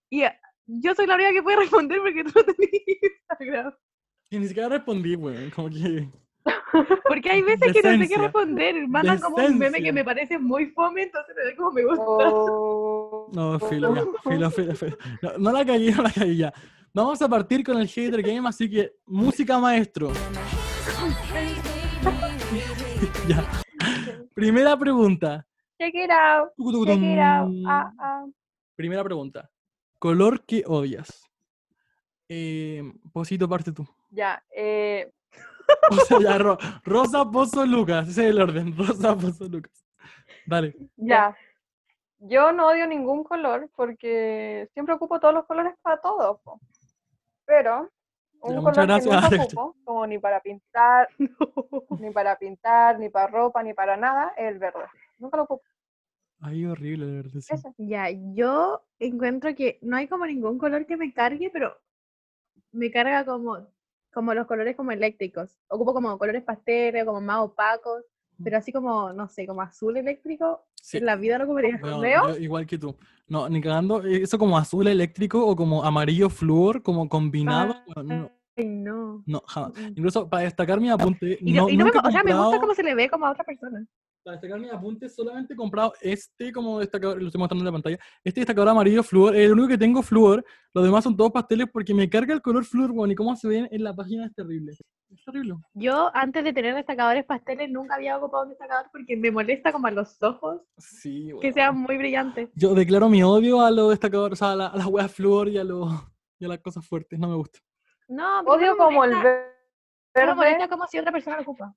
S2: Y eh, yo soy la única que puede responder porque tú no tenés Instagram.
S1: Y ni siquiera respondí, weón. Como que.
S2: Porque hay veces que no sé qué
S1: Decencia.
S2: responder. Mandan como un meme que
S1: Decencia.
S2: me parece muy fome, entonces le doy como me gusta.
S3: Oh.
S1: No, filo, ya, filo, filo, filo. No, no la caí, no la caí ya. Vamos a partir con el Hater Game, así que música maestro. ya. Primera pregunta.
S3: Check it out,
S1: Tucu, tucu,
S3: check it out.
S1: tum.
S3: Ah, ah.
S1: Primera pregunta. Color que odias. Eh, Posito, parte tú.
S3: Ya, eh,
S1: O sea, ya, Ro- Rosa, Pozo, Lucas. Ese es el orden. Rosa, Pozo, Lucas. Dale.
S3: ya. Yo no odio ningún color porque siempre ocupo todos los colores para todo. po. Pero un
S1: Ya, muchas
S3: color que
S1: gracias.
S3: nunca ocupo, como ni para pintar, ni para pintar, ni para ropa, ni para nada, es el verde. Nunca lo ocupo.
S1: Ay, horrible, de verdad. sí.
S3: Ese.
S2: Ya, yo encuentro que no hay como ningún color que me cargue, pero me carga como, como los colores como eléctricos. Ocupo como colores pasteles, como más opacos. pero así como, no sé, como azul eléctrico,
S1: Sí.
S2: en la vida lo comería.
S1: Bueno,
S3: ¿Leo?
S1: yo igual que tú. No, ni cagando. Eso como azul eléctrico o como amarillo flúor, como combinado.
S2: Ah,
S1: bueno, no,
S2: Ay, no.
S1: no, jamás.
S2: Mm, mm.
S1: Incluso para destacar mi apunte.
S2: Y no, y no me,
S1: nunca he
S2: o sea, me gusta
S1: comprado-
S2: cómo se le ve como a otra persona.
S1: Para destacar mis apuntes, solamente he comprado este como destacador, lo estoy mostrando en la pantalla, este destacador amarillo flúor, el único que tengo flúor, los demás son todos pasteles porque me carga el color flúor, bueno, y cómo se ven en la página es terrible. Es terrible.
S2: Yo, antes de tener destacadores pasteles, nunca había ocupado un destacador porque me molesta como a los ojos
S1: Sí,
S2: que
S1: weón.
S2: sean muy brillantes.
S1: Yo declaro mi odio a los destacadores, o sea, a, la- a las weas flúor y a, los y a las cosas fuertes, no me gusta.
S2: No, pero no
S3: Odio
S2: me
S3: como el
S2: molesta-
S3: ver-
S2: no me
S3: verde.
S2: molesta como si otra persona lo ocupa.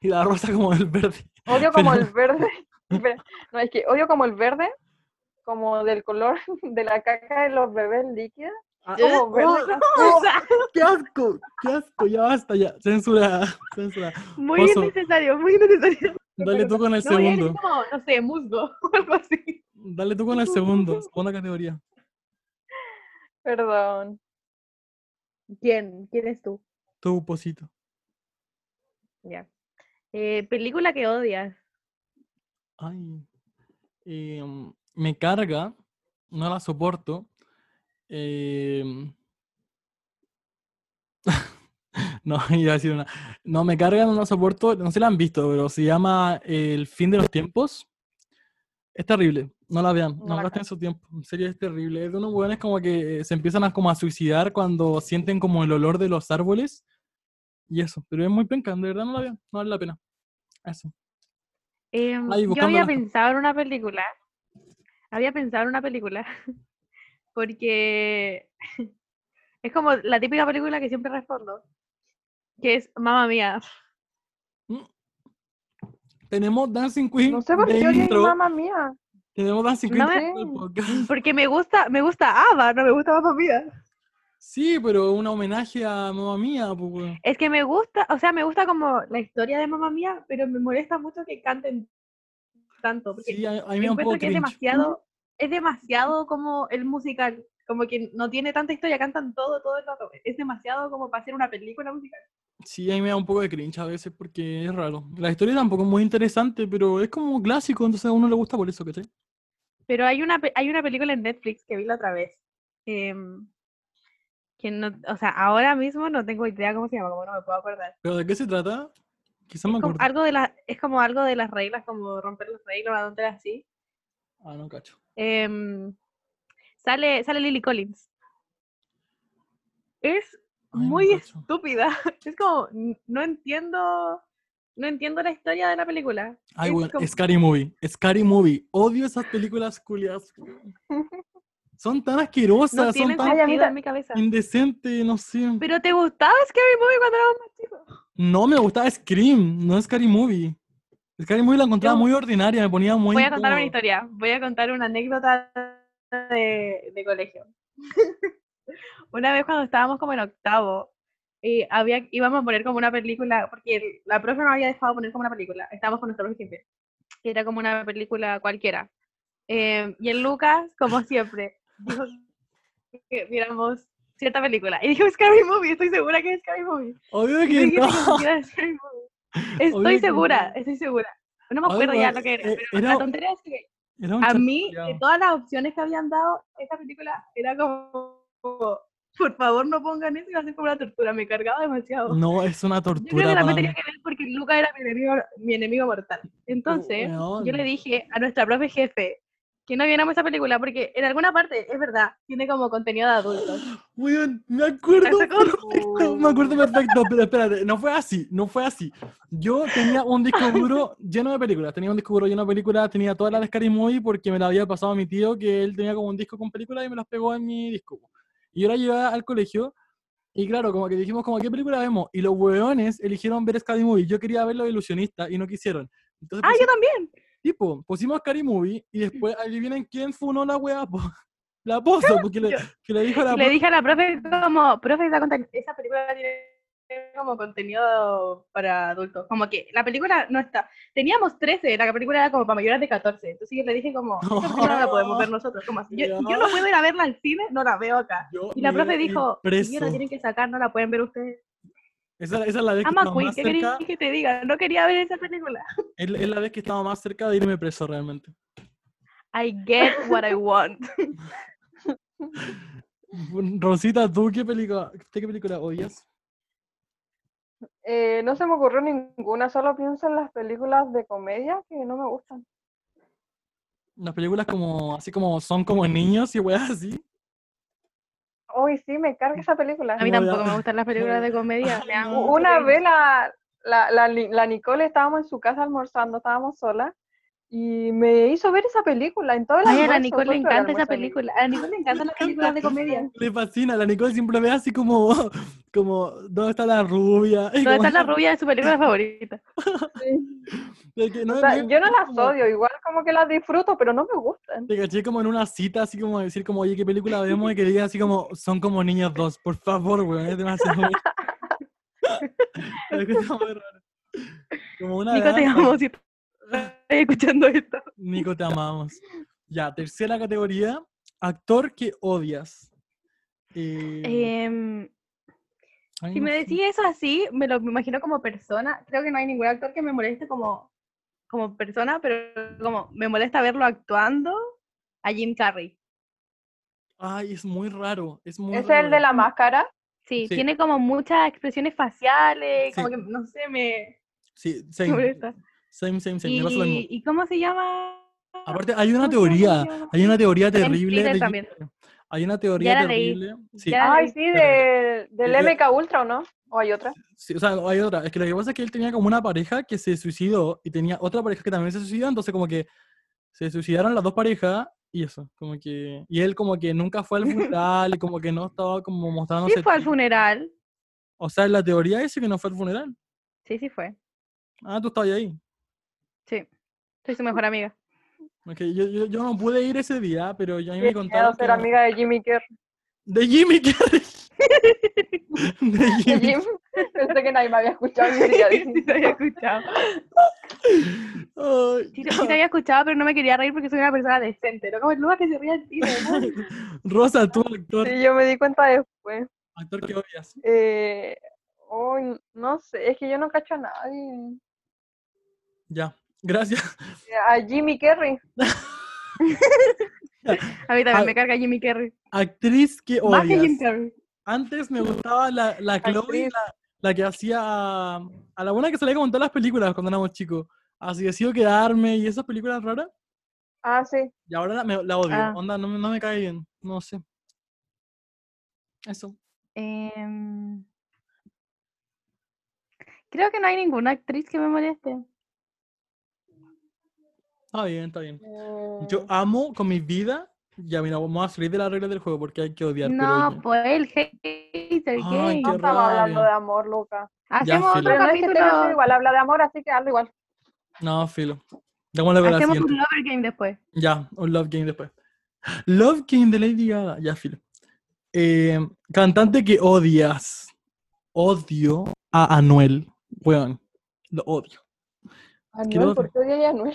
S1: Y la rosa como el verde.
S3: Odio como
S1: Pero-
S3: el verde. espera, No, es que odio como el verde, como del color de la caca de los bebés líquida.
S1: Ah,
S3: Como verde.
S2: O sea,
S1: ¡Qué asco! ¡Qué asco! Ya basta, ya. Censura, censura.
S2: muy
S1: Oso.
S2: innecesario, muy innecesario.
S1: Dale tú con el
S2: No, voy a decir
S1: segundo.
S2: como, no sé, musgo o algo así.
S1: Dale tú con el segundo. Segunda categoría.
S3: Perdón.
S2: ¿Quién? ¿Quién es tú?
S1: Tu posito.
S2: Ya. Eh, película que odias.
S1: Ay. em, me carga, no la soporto. em, no, iba a decir una. No, me carga, no la soporto. No sé si la han visto, pero se llama El fin de los tiempos. Es terrible, no la vean,
S3: No
S1: no
S3: la
S1: gasten
S3: cacho.
S1: su tiempo. En serio, es terrible. Es de unos hueones como que eh, se empiezan a, como a suicidar cuando sienten como el olor de los árboles. Y eso, pero es muy penca, de verdad no la vean, no vale la pena. Eso.
S2: Em,
S1: Ay,
S2: yo había
S1: buscándola.
S2: pensado en una película. Había pensado en una película. Porque es como la típica película que siempre respondo. Que es Mamma Mía.
S1: Tenemos Dancing Queen
S3: No sé por
S1: de
S3: qué odio
S1: intro.
S3: mamá mía.
S1: Tenemos Dancing Queen
S2: No
S1: de
S3: me-
S1: intro al podcast.
S2: Porque me gusta, me gusta Ava, no me gusta Mamma Mía.
S1: Sí, pero un homenaje a mamá mía, pues, weón.
S2: Es que me gusta, o sea, me gusta como la historia de Mamma Mía, pero me molesta mucho que canten tanto. Porque
S1: Sí, a, a mí me da un
S2: encuentro
S1: poco
S2: que es
S1: cringe.
S2: demasiado, es demasiado como el musical, como que no tiene tanta historia, cantan todo, todo el rato. Es demasiado como para hacer una película musical.
S1: Sí, a mí me da un poco de cringe a veces porque es raro. La historia tampoco es muy interesante, pero es como clásico, entonces a uno le gusta por eso, ¿cachai?
S2: Pero hay una, pe- hay una película en Netflix que vi la otra vez. em, que no, o sea, ahora mismo no tengo idea cómo se llama, como no me puedo acordar.
S1: ¿Pero de qué se trata? Quizás me
S2: Es como,
S1: acuerdo.
S2: algo de la, es como algo de las reglas, como romper las reglas, una tontera así.
S1: Ah, no cacho.
S2: Em, sale, sale Lily Collins. Es
S1: Ay, no
S2: muy
S1: cacho.
S2: estúpida. Es como, n- no entiendo, no entiendo la historia de la película.
S1: Ay,
S2: es
S1: weón,
S2: como-
S1: Scary Movie. Scary Movie. Odio esas películas culiadas. Son tan
S2: No
S1: asquerosas, son
S2: tiene
S1: tan
S3: Ay, a mí
S2: sentido
S3: ta-
S2: en mi cabeza.
S1: indecentes, no sé.
S2: Pero te gustaba Scary Movie cuando éramos más chicos.
S1: No, me gustaba Scream, no Scary Movie. Scary Movie la encontraba
S2: Yo-
S1: muy ordinaria, me ponía muy
S2: Voy a contar una
S1: incómodo.
S2: historia. Voy a contar una anécdota de, de colegio. una vez cuando estábamos como en octavo, eh, había, íbamos a poner como una película, porque el- la profe nos había dejado poner como una película. Estábamos con nuestro profe siempre. y Era como una película cualquiera. Em, y el Lucas, como siempre, dijo que viéramos cierta película. Y dijo Scary Movie, estoy segura que es Scary Movie.
S1: Obvio
S2: Y tú
S1: que
S2: dijiste
S1: no.
S2: que sí era Scary Movie.
S1: Obvio que
S2: Estoy
S1: no.
S2: segura, estoy segura. No me
S1: Ay,
S2: acuerdo ya
S1: weón,
S2: lo que era,
S1: eh,
S2: pero
S1: era-
S2: la tontería es que
S1: Era un
S2: a
S1: char-
S2: mí, de
S1: culiao.
S2: todas las opciones que habían dado, esta película era como, como, por favor no pongan eso, iba a ser como una tortura, me cargaba demasiado.
S1: No, es una
S2: Yo creo
S1: tortura
S2: que
S1: para
S2: también
S1: mí.
S2: tenía que ver porque Luca era mi enemigo, mi enemigo mortal. Entonces, yo
S1: weón.
S2: le dije a nuestra profe jefe que no viéramos esa película porque en alguna parte, es verdad, tiene como contenido de adultos.
S1: Weón, me acuerdo
S2: Pasó como-
S1: perfecto, me acuerdo perfecto, pero espérate, no fue así, no fue así. Yo tenía un disco duro lleno de películas, tenía un disco duro lleno de películas, tenía todas las de Scary Movie porque me la había pasado a mi tío que él tenía como un disco con películas y me las pegó en mi disco. Y yo la llevé al colegio y claro, como que dijimos como qué película vemos y los weones eligieron ver Scary Movie. Yo quería ver los ilusionistas y no quisieron. Entonces
S2: Ah, yo
S1: pusimos,
S2: también.
S1: tipo, pusimos Scary Movie y después adivinen quién funó la wea, po. La pozo, porque le,
S2: Yo.
S1: que le dijo a la
S2: Le dije a la profe como, profe, esa, conten- esa película tiene como contenido para adultos. Como que la película no está. Teníamos 13, la película era como para mayores de 14. Entonces yo le dije como, esa película no la podemos ver nosotros. Como, yo, yo no puedo ir a verla al cine, no la veo acá.
S1: Yo
S2: Y la
S1: me
S2: profe
S1: quedé
S2: dijo, "Y
S1: impreso.
S2: la tienen que sacar, no la pueden ver ustedes.
S1: Esa, esa es la vez que
S2: Ama
S1: estaba
S2: Queen,
S1: más
S2: ¿qué
S1: cerca.
S2: querías que te diga? No quería ver esa película.
S1: Es, la- es la vez que estaba más cerca de irme preso realmente.
S2: I get what I want.
S1: Rosita, ¿tú qué película, qué película odias?
S3: Eh, no se me ocurrió ninguna, solo pienso en las películas de comedia que no me gustan.
S1: Las películas como, así como son como niños y weas así.
S3: Hoy sí, me carga esa película.
S2: A mí
S1: No, ya.
S2: tampoco me gustan las películas de comedia.
S1: Ay,
S2: me dan
S1: no.
S2: mucho
S3: Una
S2: cringe.
S3: vez la, la, la Li- la Nicole estábamos en su casa almorzando, estábamos solas, y me hizo ver esa película en todo el
S2: Ay, a la
S3: almuerzo,
S2: Nicole
S3: fue
S2: le
S3: peor
S2: encanta esa
S3: almuerzo de mi vida.
S2: película. A la Nicole le encantan las películas de comedia.
S1: Le fascina, la Nicole siempre ve así como, como ¿dónde está la rubia? Y
S2: ¿Dónde
S1: como-
S2: está la rubia de su película favorita?
S3: Sí.
S1: de que no
S3: O sea,
S1: me-
S3: yo no las
S1: como-
S3: odio, igual como que las disfruto, pero no me gustan.
S1: Te caché como en una cita, así como decir como, oye, ¿qué película vemos? Y que diga así como, son como niños dos, por favor, weón, es demasiado. weón". Es que está muy raro. Como una
S2: Nico, te
S1: vez-
S2: amo si estás escuchando esto.
S1: Nico, te amamos. Ya, tercera categoría, actor que odias. Eh,
S2: Em,
S1: ay,
S2: si
S1: no
S2: me
S1: sé.
S2: decís eso así, me lo imagino como persona. Creo que no hay ningún actor que me moleste como, como persona, pero como me molesta verlo actuando a Jim Carrey.
S1: Ay, es muy raro, es muy
S3: ¿Es el
S1: raro.
S3: de la máscara?
S2: Sí,
S1: Sí.
S2: tiene como muchas expresiones faciales, como
S1: Sí.
S2: que no sé, me,
S1: Sí,
S2: me
S1: same,
S2: molesta.
S1: same, same, same,
S2: Y,
S1: me pasa lo mismo.
S2: ¿Y cómo se llama?
S1: Aparte, hay una
S2: ¿cómo se llama?
S1: teoría, hay una teoría
S2: Está en
S1: terrible.
S2: Twitter
S1: de-
S2: también.
S1: Hay una teoría
S2: la leí,
S1: terrible. Sí,
S2: ya la
S3: Ay,
S2: vi.
S3: sí, de- del
S1: Ya.
S3: MK Ultra, ¿o no? ¿O hay otra?
S1: Sí, o sea, hay otra. Es que lo que pasa es que él tenía como una pareja que se suicidó y tenía otra pareja que también se suicidó, entonces como que se suicidaron las dos parejas y eso, como que... Y él como que nunca fue al funeral y como que no estaba como mostrándose...
S2: Sí fue al funeral.
S1: O sea, la teoría dice que no fue al funeral.
S2: Sí, sí fue.
S1: Ah, tú estabas ahí.
S2: Sí. Soy su mejor amiga.
S1: Ok, yo, yo, yo no pude ir ese día, pero yo a mí
S3: Qué
S1: me
S3: miedo
S1: contaron...
S3: ser
S1: que-
S3: amiga de Jimmy Kerr.
S1: De Jimmy Carrey. de
S3: De
S1: Jimmy.
S3: Jim. Pensé que nadie me había escuchado. ni siquiera
S2: Sí
S3: decir.
S2: te había escuchado.
S1: Ay,
S2: Sí, te- sí te había escuchado, pero no me quería reír porque soy una persona decente. No como el lugar que se ríe al tiro. ¿no?
S1: Rosa, tú, actor,
S3: Sí, yo me di cuenta después.
S1: actor que odias.
S3: Eh, uy, no sé, es que yo no cacho a nadie.
S1: Ya, gracias.
S3: Eh, A Jimmy Kerry.
S2: A mí también
S1: Ah. Oh,
S2: me carga Jimmy Carrey.
S1: Actriz que
S2: Más que
S1: odias.
S2: Jim Carrey.
S1: Antes me gustaba la, la Chloe,
S3: Actriz.
S1: la, la que hacía a, a la buena que salía con todas las películas cuando éramos chicos. Así decido quedarme y esas películas raras.
S3: Ah, sí.
S1: Y ahora la, me- la odio.
S2: Ah.
S1: Onda, no, me- no me cae bien. No sé. Eso.
S2: Em, Creo que no hay ninguna actriz que me moleste.
S1: Está bien, está bien. Yo ah,
S3: Mm,
S1: amo con mi vida. Ya, mira, vamos a salir de las reglas del juego porque hay que odiar. pero
S2: No,
S1: ya.
S2: pues el hater.
S1: Ay,
S2: gay.
S1: qué
S3: No estamos hablando
S1: rabia.
S3: de amor, Luca.
S2: Hacemos
S1: filo.
S2: otro
S3: Pero no es que Taylor Swift
S2: capítulo.
S3: igual habla de amor, así que hazlo igual.
S1: No, filo. Démosle para la
S2: Hacemos
S1: siguiente.
S2: un lover game después.
S1: Ya, un Love Game después. Love Game de Lady Gaga. Ya, filo. Eh, cantante que odias. Odio a Anuel. Weón, lo odio.
S3: Anuel,
S2: Ah,
S1: loco.
S3: ¿por qué odias a Anuel?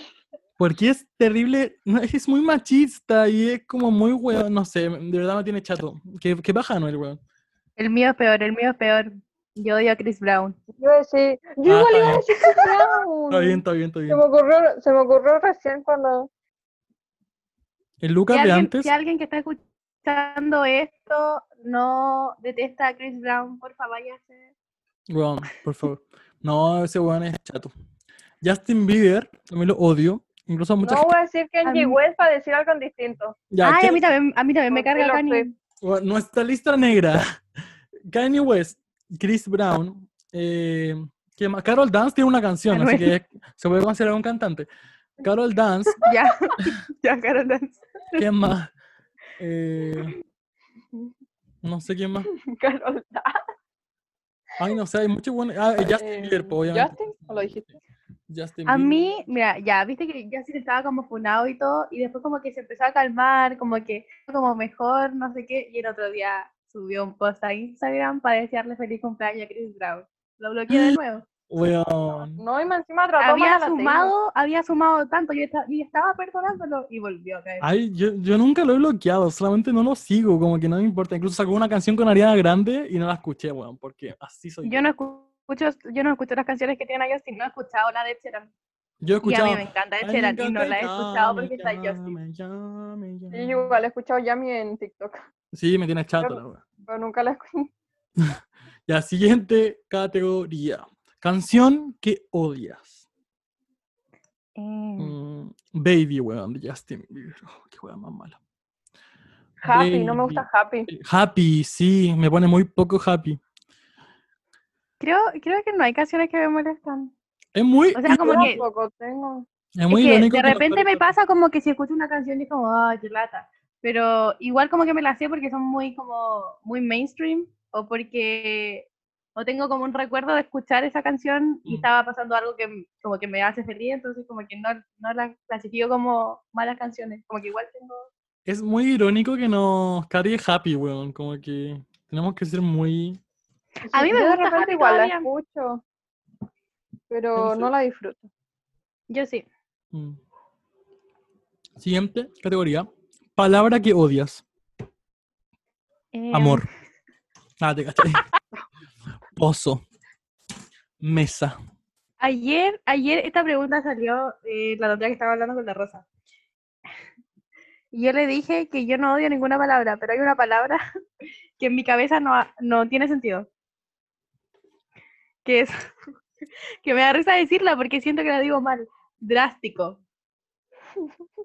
S1: Porque es terrible, no, es que es muy machista y es como muy weón, no sé, de verdad me tiene chato. Que, que baja Anuel, weón.
S2: El mío es peor, el mío es peor. Yo odio a Chris Brown.
S3: Yo decía, yo
S1: Ah,
S3: igual
S1: está
S3: iba a
S1: bien.
S3: decir que Brown.
S1: Está bien, está bien, está bien.
S3: Se me ocurrió, se me ocurrió recién cuando.
S1: El
S2: Si
S1: Lucas de
S2: alguien,
S1: antes,
S2: si alguien que está escuchando esto no detesta a Chris Brown, por favor, váyase.
S1: weón, por favor. No, ese weón es chato. Justin Bieber, también lo odio. Incluso a mucha
S3: No
S1: gente.
S3: voy a decir que Angie
S2: mí-
S3: West para decir algo distinto.
S1: Ya,
S2: Ay, a
S1: ¿qué-
S2: mí también, a mí también me
S3: Por
S2: carga
S3: Taylor
S2: Kanye.
S3: Swift.
S1: Bueno, nuestra lista negra. Kanye West, Chris Brown, eh, ¿quién más? Carol Dance tiene una canción, así que
S2: Anuel.
S1: es- se puede considerar un cantante. Carol Dance,
S2: Ya, ya, Carol Dance.
S1: ¿quién más? Eh, no sé quién más.
S3: Carol Dance.
S1: Ay, no sé, hay mucho bueno. Ah, eh, Justin Bieber, pues,
S3: Eh,
S1: obviamente.
S3: ¿Justin? ¿O lo dijiste?
S1: Justin
S2: A
S1: Bieber.
S2: mí, mira, ya, viste que ya sí estaba como funado y todo, y después como que se empezó a calmar, como que como mejor, no sé qué, y el otro día subió un post a Instagram para desearle feliz cumpleaños a Chris Brown. Lo bloqueé de nuevo.
S1: Weón.
S3: No, y más encima trató mal a
S2: había
S3: la Taylor.
S2: sumado, había sumado tanto, yo estaba, yo ya estaba perdonándolo y volvió a caer.
S1: Ay, yo, yo nunca lo he bloqueado, solamente no lo sigo, como que no me importa. Incluso sacó una canción con Ariana Grande y no la escuché, weón, porque así soy.
S2: Yo no escu- escucho, yo no escucho las canciones que tienen a Justin, no he escuchado la de Ed Sheeran.
S1: Yo he
S2: Y a
S1: escuchado.
S2: mí me encanta Ed
S1: "Ay, me
S2: Sheeran y
S1: encanta
S2: no la he
S1: el
S2: escuchado
S1: Yami,
S2: porque está
S1: Yami,
S2: Justin.
S1: Yami, Yami".
S3: Y yo igual he escuchado Yami en TikTok,
S1: Sí, me tiene chato la wea.
S3: pero nunca la escuché.
S1: Ya, siguiente categoría. Canción que odias.
S2: Eh,
S1: Mm, Baby, weón, de Justin Bieber. Oh, qué weón más mala.
S3: Happy, no me gusta Happy.
S1: Happy, sí, me pone muy poco happy.
S2: creo, creo que no hay canciones que me molestan.
S1: Es muy.
S2: O sea, Ah, como
S1: irónico,
S2: que-
S3: Tampoco tengo.
S1: es
S2: Es
S1: Eh, muy
S2: que
S1: irónico
S2: de
S1: que
S2: repente me
S1: Roberto-
S2: pasa como que si escucho una canción y es como, ah, qué lata. Pero igual como que me la sé porque son muy como, muy mainstream o porque o tengo como un recuerdo de escuchar esa canción y
S1: Mm.
S2: estaba pasando algo que m- como que me hace feliz, entonces como que no, no la clasifico como malas canciones, como que igual tengo...
S1: Es muy irónico que nos cargue happy, weón. Como que tenemos que ser muy.
S2: A mí me
S3: Yo de
S2: gusta
S3: repente
S2: Happy
S3: igual
S2: todavía.
S3: la escucho, pero
S1: Entonces-
S3: no la disfruto.
S2: Yo sí.
S1: mm. Siguiente categoría. Palabra que odias.
S2: Em,
S1: Amor. Ah, te caché. Pozo. Mesa.
S2: Ayer, ayer esta pregunta salió eh, la otra que estaba hablando con la Rosa. Y yo le dije que yo no odio ninguna palabra, pero hay una palabra que en mi cabeza no, ha- no tiene sentido. Que es que me da risa decirla porque siento que la digo mal. Drástico.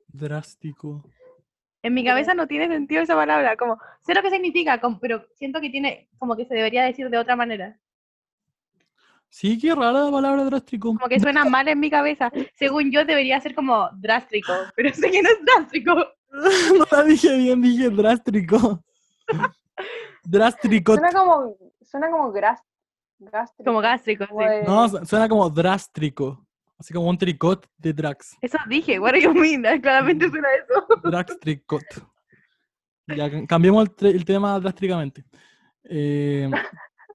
S1: Drástico.
S2: En mi cabeza no tiene sentido esa palabra, como sé lo que significa, como- pero siento que tiene como que se debería decir de otra manera.
S1: Sí, qué rara la palabra drástico.
S2: Como que suena mal en mi cabeza. Según yo debería ser como drástico, pero sé que no es drástico.
S1: no la dije bien, dije drástico. drástico.
S3: Suena como, suena como gras, gástrico.
S2: Como gástrico,
S3: como
S2: sí.
S3: de-
S1: No, su- suena como drástico. Así como un tricot de Drax.
S2: Eso dije, what do you mean?
S1: Mm.
S2: Claramente suena eso.
S1: Drax tricot. Ya ca- cambiemos el, tre- el tema drásticamente. Eh,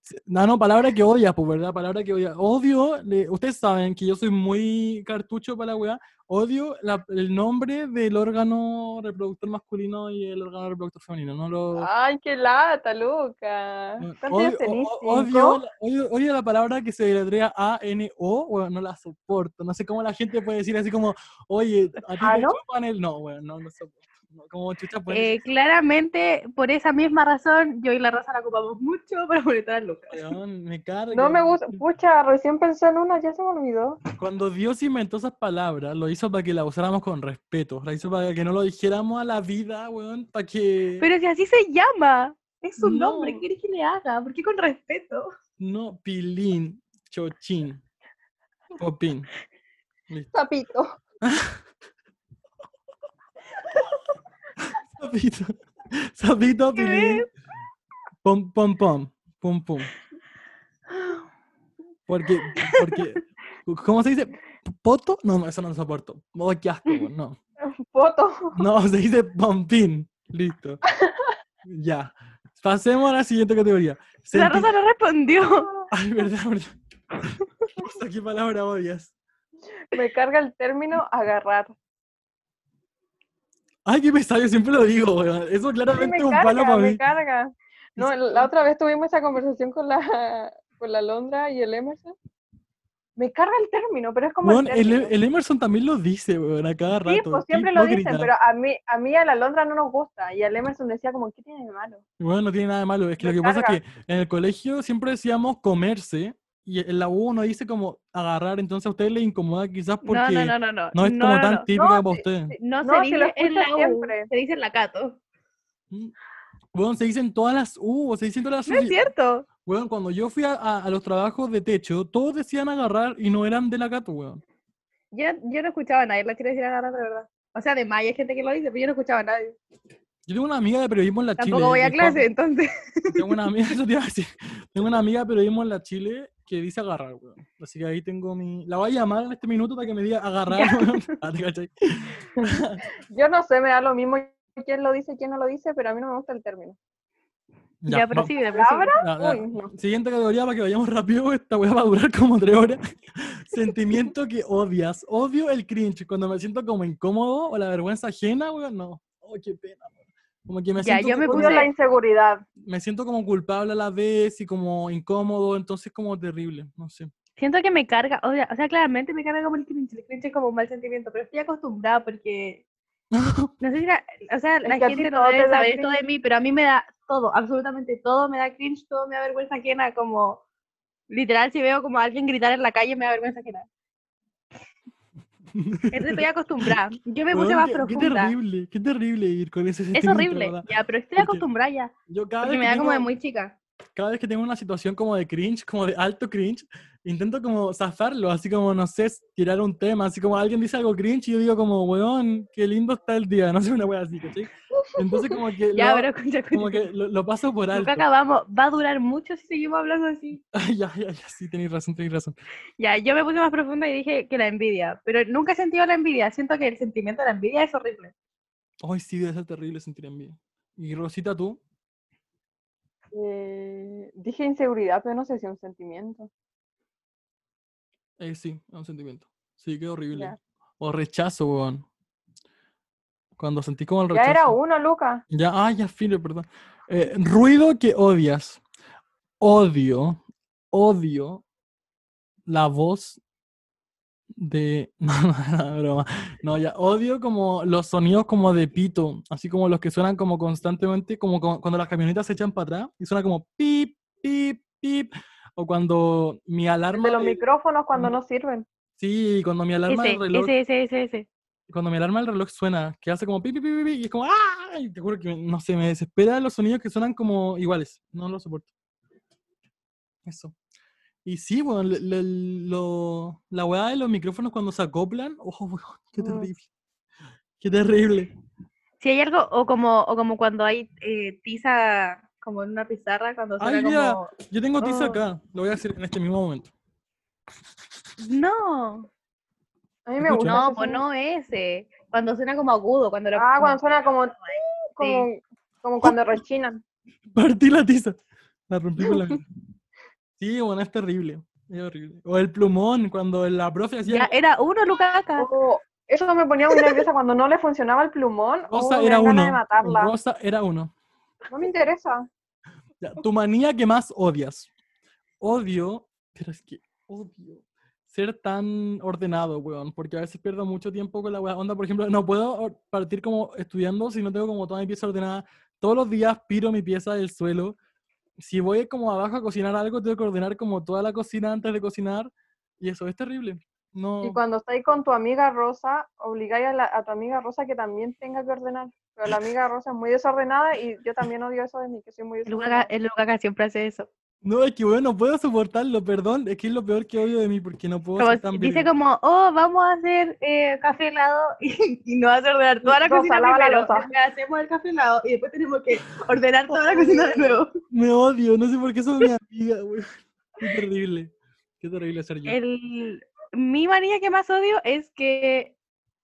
S1: s- no, no, palabra que odias, pues, ¿verdad? Palabra que odias. Odio, le- ustedes saben que yo soy muy cartucho para la weá. Odio la- el nombre del órgano reproductor masculino y el órgano reproductor femenino. No lo.
S3: Ay, qué lata, Luca.
S1: No,
S3: ¿Cuántos
S1: Odio,
S3: años tenés?
S1: Mm, o- o-
S3: ¿Cinco?
S1: odio la- odio- odio la palabra que se deletrea A-N-O, weón, no la soporto. No sé cómo la gente puede decir así como, oye, a ti
S3: ¿Ah,
S1: te
S3: no?
S1: chupan el. No, weón, no lo soporto. No, como chucha, pues.
S2: Eh, claramente, por esa misma razón, yo y la Rosa la ocupamos mucho para molestar a Lucas.
S1: weón, me carga.
S3: No me gusta. Pucha, recién pensé en una, ya se me olvidó.
S1: Cuando Dios inventó esas palabras, lo hizo para que la usáramos con respeto. La hizo para que no lo dijéramos a la vida, weón, para que.
S2: Pero si así se llama, es su nombre,
S1: No.
S2: ¿qué querés que le haga? ¿Por qué con respeto?
S1: No, pilín, chochín, popín. Listo.
S3: Sapito.
S1: Sapito, sapito,
S2: ¿Qué
S1: pilín. Pom, pom, pom, pum, pum. Porque, porque, ¿cómo se dice? ¿Poto? No, no, eso no lo soporto. Oh, qué asco, weón, no.
S3: Poto.
S1: No, se dice pompín. Listo. Ya. Pasemos a la siguiente categoría.
S2: La
S1: Senti-
S2: Rosa no respondió.
S1: Ay, verdad, verdad. Rosa, ¿Qué palabra odias?
S3: Me carga el término agarrar.
S1: Ay, qué pesado, yo siempre lo digo, weón. Eso
S3: Sí,
S1: claramente
S3: me
S1: es un palo
S3: carga,
S1: para
S3: me
S1: mí.
S3: carga. No, la otra vez tuvimos esa conversación con la, con la Londra y el Emerson. Me carga el término, pero es como
S1: Weón,
S3: el
S1: el, E-
S3: término.
S1: el Emerson también lo dice, weón, a cada rato.
S3: Sí, pues
S1: Qué
S3: siempre lo
S1: hipócrita.
S3: dicen, pero a mí, a mí a la Londra no nos gusta. Y al Emerson decía como, ¿qué tiene de malo?
S1: Bueno, no tiene nada de malo. Es que lo
S3: Me
S1: que pasa es que en el colegio siempre decíamos comerse y en la U uno dice como agarrar. Entonces a ustedes les incomoda quizás porque
S2: No,
S1: no,
S2: no, no, no, no.
S1: es como
S2: no,
S1: tan
S2: no.
S1: típico
S3: No,
S1: para
S3: sí,
S1: ustedes.
S2: No
S3: No,
S2: se
S3: si lo
S2: dice en la
S3: escuchas
S2: U,
S3: siempre.
S2: se dice en la Cato.
S1: Mm. Weón, se dicen todas las U, se dicen todas las
S2: No es
S1: U.
S2: cierto.
S1: Weón, cuando yo fui a, a- a los trabajos de techo, todos decían agarrar y no eran de la gato, weón.
S2: Yo, yo no escuchaba a nadie, lo quiero decir a la Rosa, de verdad. O sea, de Maya hay gente que lo dice, pero yo no escuchaba a nadie.
S1: Yo tengo una amiga de periodismo en la Chile.
S2: Tampoco voy a
S1: que es
S2: clase, entonces.
S1: Juan- Tengo una amiga, eso te iba a decir. Tengo una amiga de periodismo en la Chile que dice agarrar, weón. Así que ahí tengo mi. La voy a llamar en este minuto para que me diga agarrar, weón. Ah, te cachai.
S3: Yo no sé, me da lo mismo quién lo dice, quién no lo dice, pero a mí no me gusta el término.
S2: Ya,
S1: va-
S2: prosigue, prosigue.
S3: ¿Palabra?
S1: ya, ya.
S3: Uy, no.
S1: Siguiente categoría para que vayamos rápido. Esta weá va a durar como tres horas. Sentimiento que odias. Odio el cringe. Cuando me siento como incómodo o la vergüenza ajena, weón, no. Oh, qué pena. weón. Como que me
S2: Ya,
S1: siento,
S2: yo me
S1: como-
S3: Odio
S2: puse-
S3: la inseguridad.
S1: me siento como culpable a la vez y como incómodo, entonces como terrible, no sé.
S2: Siento que me carga, o sea, o sea, claramente me carga como el cringe, el cringe es como un mal sentimiento, pero estoy acostumbrada porque, no sé si la, o sea, la
S3: que a ti
S2: gente no
S3: todo te
S2: debe
S3: da
S2: saber esto de mí, pero a mí me da todo, absolutamente todo me da cringe, todo me da vergüenza ajena, como, literal, si veo como a alguien gritar en la calle, me da vergüenza ajena. Entonces estoy acostumbrada, yo me puse
S1: Weón,
S2: más
S1: qué- qué,
S2: profunda,
S1: terrible, qué terrible ir con ese
S2: es
S1: sentimiento,
S2: horrible,
S1: ¿verdad?
S2: ya, pero estoy
S1: Porque-
S2: acostumbrada ya,
S1: Yo cada
S2: porque
S1: vez
S2: me
S1: que
S2: da como de
S1: tengo-
S2: muy chica.
S1: cada vez que tengo una situación como de cringe, como de alto cringe, intento como zafarlo, así como, no sé, tirar un tema, así como alguien dice algo cringe y yo digo como, weón, qué lindo está el día, no sé, una wea así, ¿cachai? Entonces como que,
S2: Ya,
S1: lo,
S2: pero escucha,
S1: como
S2: escucha,
S1: que lo, lo paso por alto.
S2: nunca acabamos, va a durar mucho si seguimos hablando así.
S1: Ay, ya, ya, ya, sí, tenéis razón, tenéis razón.
S2: Ya, yo me puse más profunda y dije que la envidia, pero nunca he sentido la envidia, siento que el sentimiento de la envidia es horrible.
S1: Ay, sí, debe ser terrible sentir envidia. Y Rosita, tú,
S3: Eh, dije inseguridad, pero no sé si es un sentimiento.
S1: eh, sí, es un sentimiento. Sí, qué horrible.
S3: Ya.
S1: O rechazo, weón. Cuando sentí como el rechazo.
S3: Ya era uno, Luca.
S1: Ya, ah, ya, filo, perdón. Eh, ruido que odias. Odio, odio la voz de... No, no, no, broma. No, ya, odio como los sonidos como de pito, así como los que suenan como constantemente, como cu- cuando las camionetas se echan para atrás y suena como pip, pip, pip. O cuando mi
S3: El
S1: alarma...
S3: de los
S1: del-
S3: micrófonos cuando
S1: Mm.
S3: no sirven.
S1: Sí, cuando mi alarma
S2: Ese,
S1: del reloj
S2: ese, ese, ese, ese.
S1: cuando mi alarma del reloj suena, que hace como pi, pi, pi, pi, pi, y es como ¡ah! Y te juro que, me- no sé, me desespera los sonidos que suenan como iguales. No lo soporto. Eso. Y sí, bueno, le- le- lo- la weá de los micrófonos cuando se acoplan, ¡oh, weón! ¡Qué
S3: Mm.
S1: terrible! ¡Qué terrible!
S2: Si hay algo, o como, o como cuando hay eh, tiza, como en una pizarra, cuando suena
S1: Ay, ya.
S2: como...
S1: Yo tengo tiza
S3: Ah.
S2: Oh.
S1: acá, lo voy a hacer en este mismo momento.
S2: No,
S3: A mí me
S1: Escucha.
S3: gusta.
S2: no, pues no
S3: ese sonido.
S2: ese. Cuando suena como agudo, cuando lo...
S3: Ah,
S2: como-
S3: cuando suena como, como, como cuando rechinan.
S1: Partí la tiza. La rompí con la mitad. Sí, bueno, es terrible. Es horrible. O el plumón, cuando la profe hacía
S2: Ya, era uno, Lucaca.
S3: Oh, eso me ponía muy nerviosa cuando no le funcionaba el plumón. o
S1: Rosa era
S3: oh, ganas de
S1: uno.
S3: matarla.
S1: Rosa era uno.
S3: No me interesa.
S1: Ya, tu manía que más odias. Odio, pero es que odio ser tan ordenado, weón, porque a veces pierdo mucho tiempo con la weá. Onda, por ejemplo, no puedo or- partir como estudiando si no tengo como toda mi pieza ordenada. Todos los días piro mi pieza del suelo. Si voy como abajo a cocinar algo, tengo que ordenar como toda la cocina antes de cocinar. Y eso es terrible. No.
S3: Y cuando estáis con tu amiga Rosa, obligáis a, la- a tu amiga Rosa que también tenga que ordenar. Pero la amiga Rosa es muy desordenada y yo también odio eso de mí, que soy muy
S2: El Lucaca,
S3: desordenada.
S2: el Lucaca siempre hace eso.
S1: No, es que weón, no puedo soportarlo, perdón. Es que es lo peor que odio de mí porque no puedo
S2: Como
S1: ser
S2: si-
S1: tan
S2: dice
S1: virgo.
S2: como, oh, vamos a hacer eh, café helado y, y no vas a ordenar toda la
S3: Rosa,
S2: cocina
S3: lava la
S2: primero,
S3: loza.
S2: después hacemos el café helado y después tenemos que ordenar toda la cocina de nuevo.
S1: Me odio, no sé por qué soy mi amiga, güey. Qué terrible. Qué terrible ser
S2: Eh,
S1: yo.
S2: El, mi manía que más odio es que,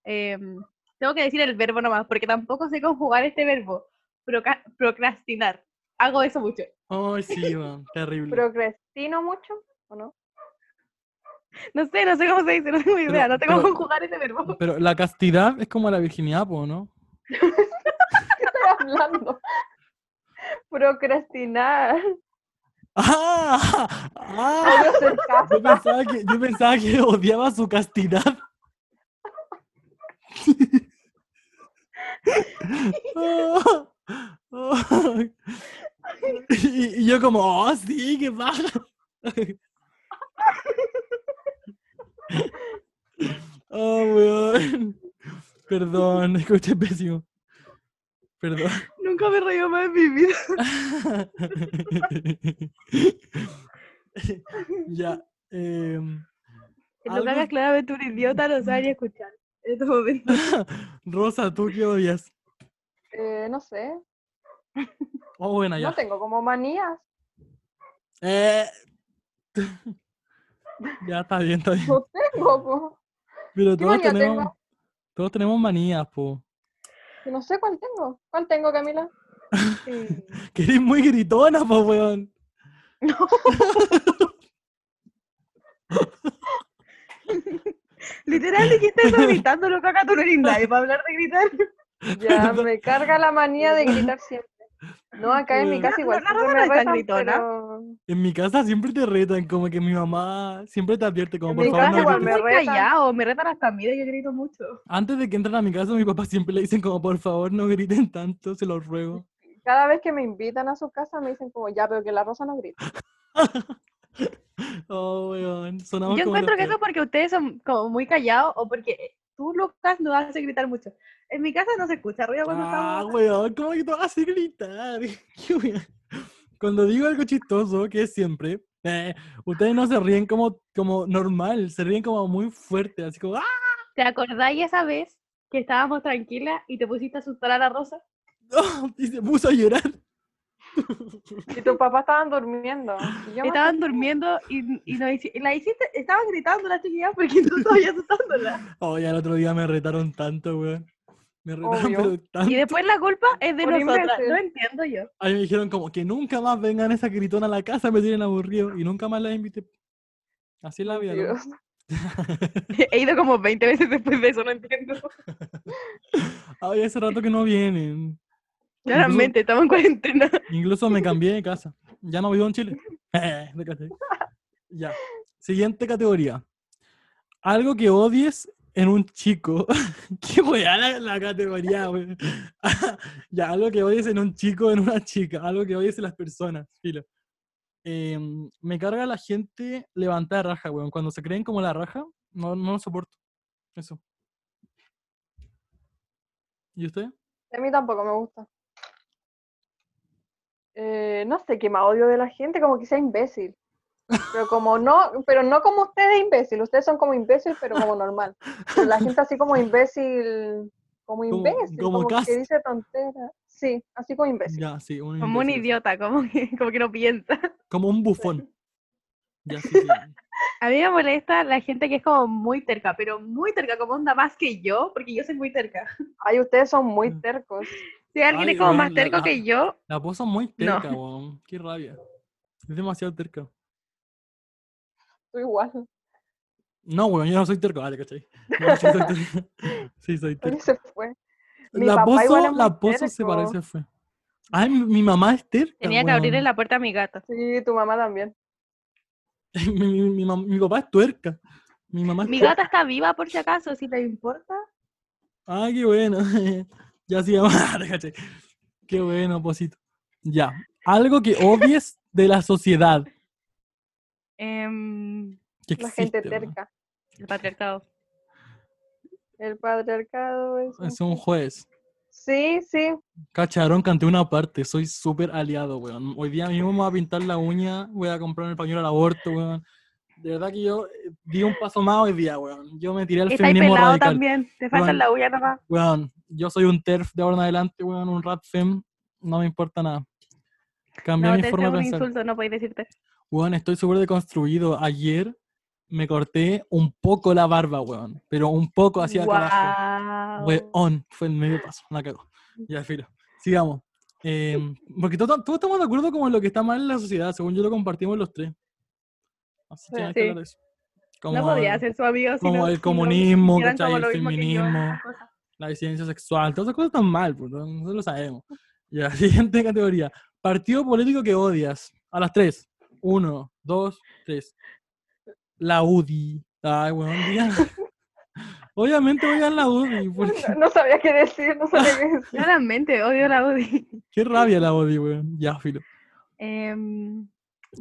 S2: em, tengo que decir el verbo nomás, porque tampoco sé conjugar este verbo, proca- procrastinar. Hago eso mucho.
S1: Ay, sí, man, terrible.
S3: ¿Procrastino mucho o no?
S2: No sé, no sé cómo se dice, no tengo idea, no tengo
S1: pero-
S2: cómo conjugar ese verbo.
S1: Pero la castidad es como la virginidad, po, ¿no?
S3: ¿Qué estoy hablando? Procrastinar.
S1: ¡Ah! ¡Ah!
S3: Odio hacer caso.
S1: Yo pensaba que, yo pensaba que odiaba su castidad. Y, y yo como, oh, sí, qué pasa. Oh, weón. Perdón, escuché pésimo. Perdón.
S2: Nunca me reí más en mi vida.
S1: ya. em,
S2: El
S1: Algo-
S2: Lucaca es claramente un idiota, no sabe ni escuchar en estos momentos.
S1: Rosa, ¿tú qué odias?
S3: Eh, no sé,
S1: Oh, bueno, ya.
S3: no tengo como manías.
S1: Eh, ya está bien, está bien.
S3: No tengo, po.
S1: Pero
S3: ¿Qué
S1: todos
S3: manía tengo?
S1: tenemos, todos tenemos manías, po.
S3: Que No sé cuál tengo. ¿Cuál tengo, Camila?
S2: Eh,
S1: Que eres muy gritona, po, weón.
S2: Literal dijiste eso gritando, loca, acá tú no eres nadie para hablar de gritar.
S3: Ya, me carga la manía de gritar siempre. No, acá
S1: Mm.
S3: en mi casa
S2: No,
S3: igual.
S2: no, no, no,
S3: siempre me
S2: no, tan
S3: retan,
S2: gritona.
S3: pero-
S1: En mi casa siempre te retan, como que mi mamá siempre te advierte, como
S3: En
S1: por
S3: mi
S1: favor
S3: casa
S1: no
S3: igual
S1: grites.
S3: me
S2: muy
S3: retan.
S2: callado, me retan hasta a mí de que grito mucho.
S1: Antes de que entren a mi casa, mi papá siempre le dicen como por favor no griten tanto, se los ruego.
S3: Cada vez que me invitan a su casa me dicen como, ya, pero que la rosa no grita.
S1: Oh, weón. Sonamos
S2: Yo
S1: como
S2: encuentro
S1: los
S2: que eso es porque ustedes son como muy callados o porque tú, Lucas, nos haces gritar mucho. En mi casa no se escucha ruido cuando
S1: Ah,
S2: estamos...
S1: weón, ¿cómo que te vas a hacer gritar? Qué weón. Cuando digo algo chistoso, que es siempre, eh, ustedes no se ríen como, como normal, se ríen como muy fuerte, así como, ¡ah!
S2: ¿Te acordáis esa vez que estábamos tranquilas y te pusiste a asustar a la Rosa?
S1: no", Y se puso a llorar.
S3: Y tus papás estaban durmiendo. Y yo me
S2: Estaban durmiendo y, y nos hici- y la hiciste, estaban gritando la chiquilla porque tú estabas asustándola.
S1: Oh, ya el otro día me retaron tanto, weón. Me retaron,
S3: Obvio.
S1: pero tanto.
S2: Y después la culpa es de
S3: Por
S2: nosotras.
S3: imbécil.
S2: No entiendo yo.
S1: Ahí me dijeron como que nunca más vengan esa gritona a la casa, me tienen aburrido. Y nunca más las invité. Así es la vida. loco.
S3: Dios.
S2: He ido como 20 veces después de eso, no entiendo.
S1: Ay, hace rato que no vienen.
S2: Claramente, estamos en cuarentena.
S1: Incluso me cambié de casa. Ya no vivo en Chile. Me casé. ya. Siguiente categoría. Algo que odies en un chico. Qué weá la, la categoría, weón. ya, algo que odies en un chico, en una chica. Algo que odies en las personas. Filo. Em, me carga la gente levantada de raja, weón. Cuando se creen como la raja, no, no lo soporto. Eso. ¿Y usted?
S3: A mí tampoco me gusta. Eh, no sé qué más odio de la gente, como que sea imbécil. Pero como no, pero no como ustedes imbécil, ustedes son como imbécil, pero como normal. Pero la gente así como imbécil, como imbécil,
S1: como
S3: como,
S1: Cast.
S3: que dice tontera. Sí, así como imbécil.
S1: Ya, sí. un
S2: Como un
S1: imbécil, sí.
S2: idiota, como que, como que no piensa.
S1: Como un bufón. Ya, sí, sí.
S2: A mí me molesta la gente que es como muy terca, pero muy terca, como onda más que yo, porque yo soy muy terca.
S3: Ay, ustedes son muy
S1: Mm.
S3: tercos.
S2: Si alguien
S1: Ay,
S2: es como
S1: weón,
S2: más
S1: la-
S2: terco que yo,
S1: La puso muy
S2: No.
S1: terca, weón. Qué rabia. Es demasiado terca.
S3: Tú igual.
S1: No, weón, yo no soy terco. Ah, te cachai. No, sí, soy terco. Sí, soy
S3: Oye,
S1: terco.
S3: se fue. Mi
S1: La
S3: papá igual
S1: pozo,
S3: es muy
S1: la pozo se paró y
S3: terco.
S1: se fue. Ay, mi, mi mamá es terca.
S2: tenía que abrirle
S1: weón.
S2: la puerta a mi gato.
S3: Sí, tu mamá también.
S1: mi, mi, mi mam- mi papá es tuerca. Mi mamá es
S2: Mi
S1: tuerca.
S2: gata está viva, por si acaso, si le importa.
S1: Ay, qué bueno. ya sí, mamá. te cachai. Qué bueno, posito. Ya. Algo que odies de la sociedad.
S2: Em,
S1: Que
S3: La
S1: existe,
S3: gente
S1: weón.
S3: terca.
S2: el patriarcado.
S3: El patriarcado es. un-
S1: Es un juez.
S3: Sí, sí.
S1: Cacharon, canté una parte, soy súper aliado, weón. Hoy día mismo me voy a pintar la uña, voy a comprar el pañuelo al aborto, weón. De verdad que yo eh, di un paso más hoy día, weón. Yo me tiré al
S2: Está ahí
S1: feminismo
S2: pelado
S1: radical.
S2: también, te faltan
S1: Weón.
S2: la huya nomás.
S1: Weón, yo soy un TERF de ahora en adelante, weón, un rap fem, no me importa nada. Cambié
S2: No,
S1: mi
S2: te
S1: forma
S2: es
S1: de
S2: un
S1: pensar.
S2: insulto, no podéis decirte.
S1: Weón, estoy súper deconstruido. Ayer me corté un poco la barba, weón. Pero un poco hacia abajo.
S2: Guau.
S1: Weón, fue el medio paso, la cagó. Ya, filo. Sigamos. Em, porque to- todos estamos de acuerdo con lo que está mal en la sociedad, según yo lo compartimos los tres. Así que
S3: Sí.
S1: hay que hablar de eso. Como
S2: No podía
S1: el-
S2: ser su amigo. si
S1: como
S2: no-
S1: el
S2: si no
S1: comunismo,
S2: hicieran
S1: ¿cachai?
S2: como
S1: El
S2: lo mismo que yo,
S1: feminismo.
S2: esas cosas.
S1: la disidencia sexual, todas esas cosas están mal, pues, no- nosotros lo sabemos. Ya, siguiente categoría. Partido político que odias. A las tres. Uno, dos, tres. La UDI. Ay, weón, digan. Obviamente odian la UDI, porque
S3: No, no sabía qué decir, no sabía qué decir.
S2: Claramente, odio la UDI.
S1: qué rabia la UDI, weón. Ya, filo.
S2: Em,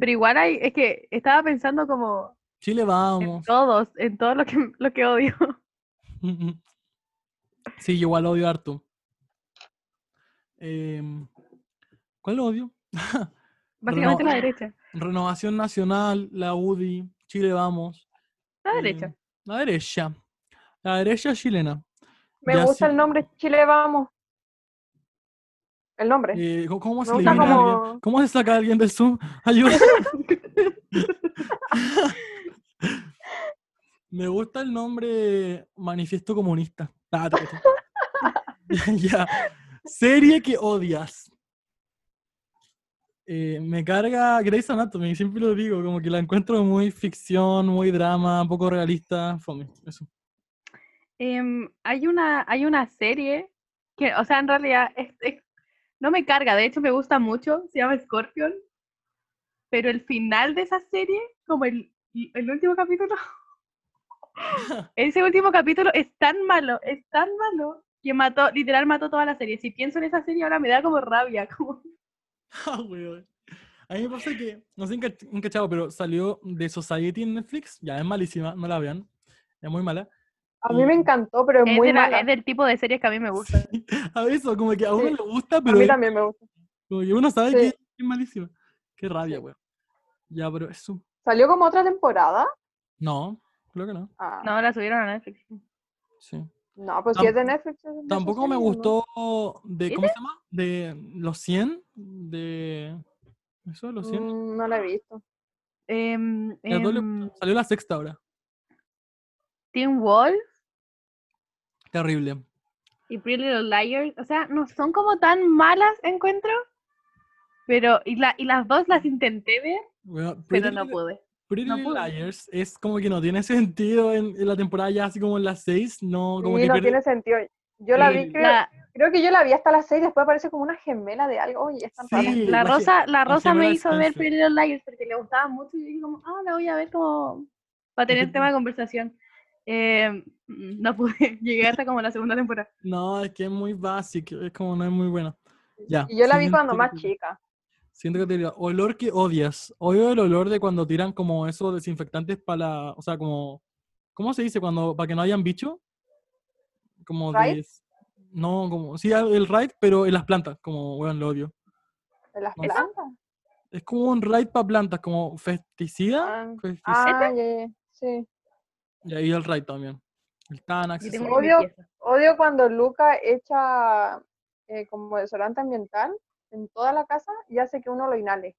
S2: pero igual hay, es que estaba pensando como
S1: Chile,
S2: en
S1: vamos.
S2: todos, en todo lo que, lo que odio.
S1: Sí, yo igual odio harto. Em, ¿Cuál odio?
S2: Básicamente
S1: No.
S2: la derecha.
S1: Renovación Nacional, la UDI, Chile, vamos.
S2: La
S1: eh,
S2: derecha.
S1: la derecha. La derecha chilena.
S3: Me
S1: Ya,
S3: gusta
S1: sí.
S3: el nombre Chile Vamos. El nombre.
S1: Eh, ¿cómo- ¿Cómo se
S3: Me
S1: elimina
S3: gusta
S1: a alguien?
S3: como-
S1: ¿Cómo se saca a alguien del Zoom? Ayuda. Me gusta el nombre Manifiesto Comunista. Ah, te caché. ya. Serie que odias. Eh, me carga Grey's Anatomy, siempre lo digo, como que la encuentro muy ficción, muy drama, un poco realista. Fome, eso.
S2: Em, hay, una, hay una serie que, o sea, en realidad es- es- no me carga, de hecho me gusta mucho, se llama Scorpion, pero el final de esa serie, como el, el último capítulo, ese último capítulo es tan malo, es tan malo, que mató, literal mató toda la serie. Si pienso en esa serie ahora me da como rabia, como...
S1: Ah, weón. A mí me pasa que, no sé, en cach- en cachado, pero salió de Society en Netflix. Ya es malísima, no la vean. Es muy mala.
S3: A mí me
S1: Y-
S3: encantó, pero es
S2: Es,
S3: muy
S2: de la-
S3: mala.
S2: es del tipo de series que a mí me gusta.
S1: A eso, como que a uno
S3: Sí.
S1: le gusta,
S3: A
S1: pero
S3: mí
S1: es-
S3: también me gusta.
S1: como que uno sabe
S3: Sí.
S1: que es malísima. Qué rabia, weón. Ya, pero eso.
S3: ¿Salió como otra temporada?
S1: No, creo que no.
S3: Ah,
S2: No, la subieron a Netflix.
S1: Sí.
S3: no, pues si
S1: Tam-
S3: es de Netflix. es de
S1: Tampoco me
S3: socialismo.
S1: gustó de,
S2: ¿Viste?
S1: ¿cómo se llama? De los 100, de... Eso, de los 100.
S3: Mm, no la he visto.
S2: Em,
S1: Ya, todo le-
S2: em,
S1: Salió la sexta ahora.
S2: Teen Wolf
S1: Terrible.
S2: y Pretty Little Liars, o sea, no son como tan malas, encuentro. Pero, y, la, y las dos las intenté ver,
S1: Weón,
S2: pero
S1: Pretty
S2: no
S1: Little-
S2: pude.
S1: Pretty
S2: No
S1: Little
S2: pude.
S1: Liars es como que no tiene sentido en, en la temporada ya así como en las 6, no, como
S3: Sí,
S1: que
S3: no
S1: pierde-
S3: tiene sentido. Yo la
S1: Sí.
S3: vi, creo,
S2: La,
S3: creo que yo la vi hasta las 6, después aparece como una gemela de algo. Oye, es tan rara.
S1: Sí,
S2: la
S1: la ge-
S2: Rosa, la
S1: la
S2: Rosa me
S1: gemela
S2: hizo ver
S1: Spencer.
S2: Pretty Little Liars porque le gustaba mucho y dije como, ah, la voy a ver como para tener tema de conversación. Em, mm, no pude, llegué hasta como la segunda temporada.
S1: No, es que es muy básico, es como no es muy buena. Ya.
S3: Y yo la vi
S1: siguiente
S3: cuando más
S1: categoría.
S3: chica.
S1: Siguiente categoría. Olor que odias. Odio el olor de cuando tiran como esos desinfectantes para, o sea, como, ¿cómo se dice? Cuando, para que no hayan bicho. Como
S3: ¿Raid?
S1: de, no, como, sí, ah, el raid, pero en las plantas, como, weón, lo odio.
S3: ¿De las
S1: No.
S3: plantas?
S1: Es como un raid para plantas, como pesticida.
S3: Ah,
S1: pesticida,
S3: Ah, ya, ya, sí.
S1: Y ahí el raid también. El Tanax.
S2: Yo
S1: eso.
S2: tengo
S3: Obvio.
S2: mi pieza.
S3: Odio cuando Luca echa eh, como desodorante ambiental en toda la casa y hace que uno lo inhale.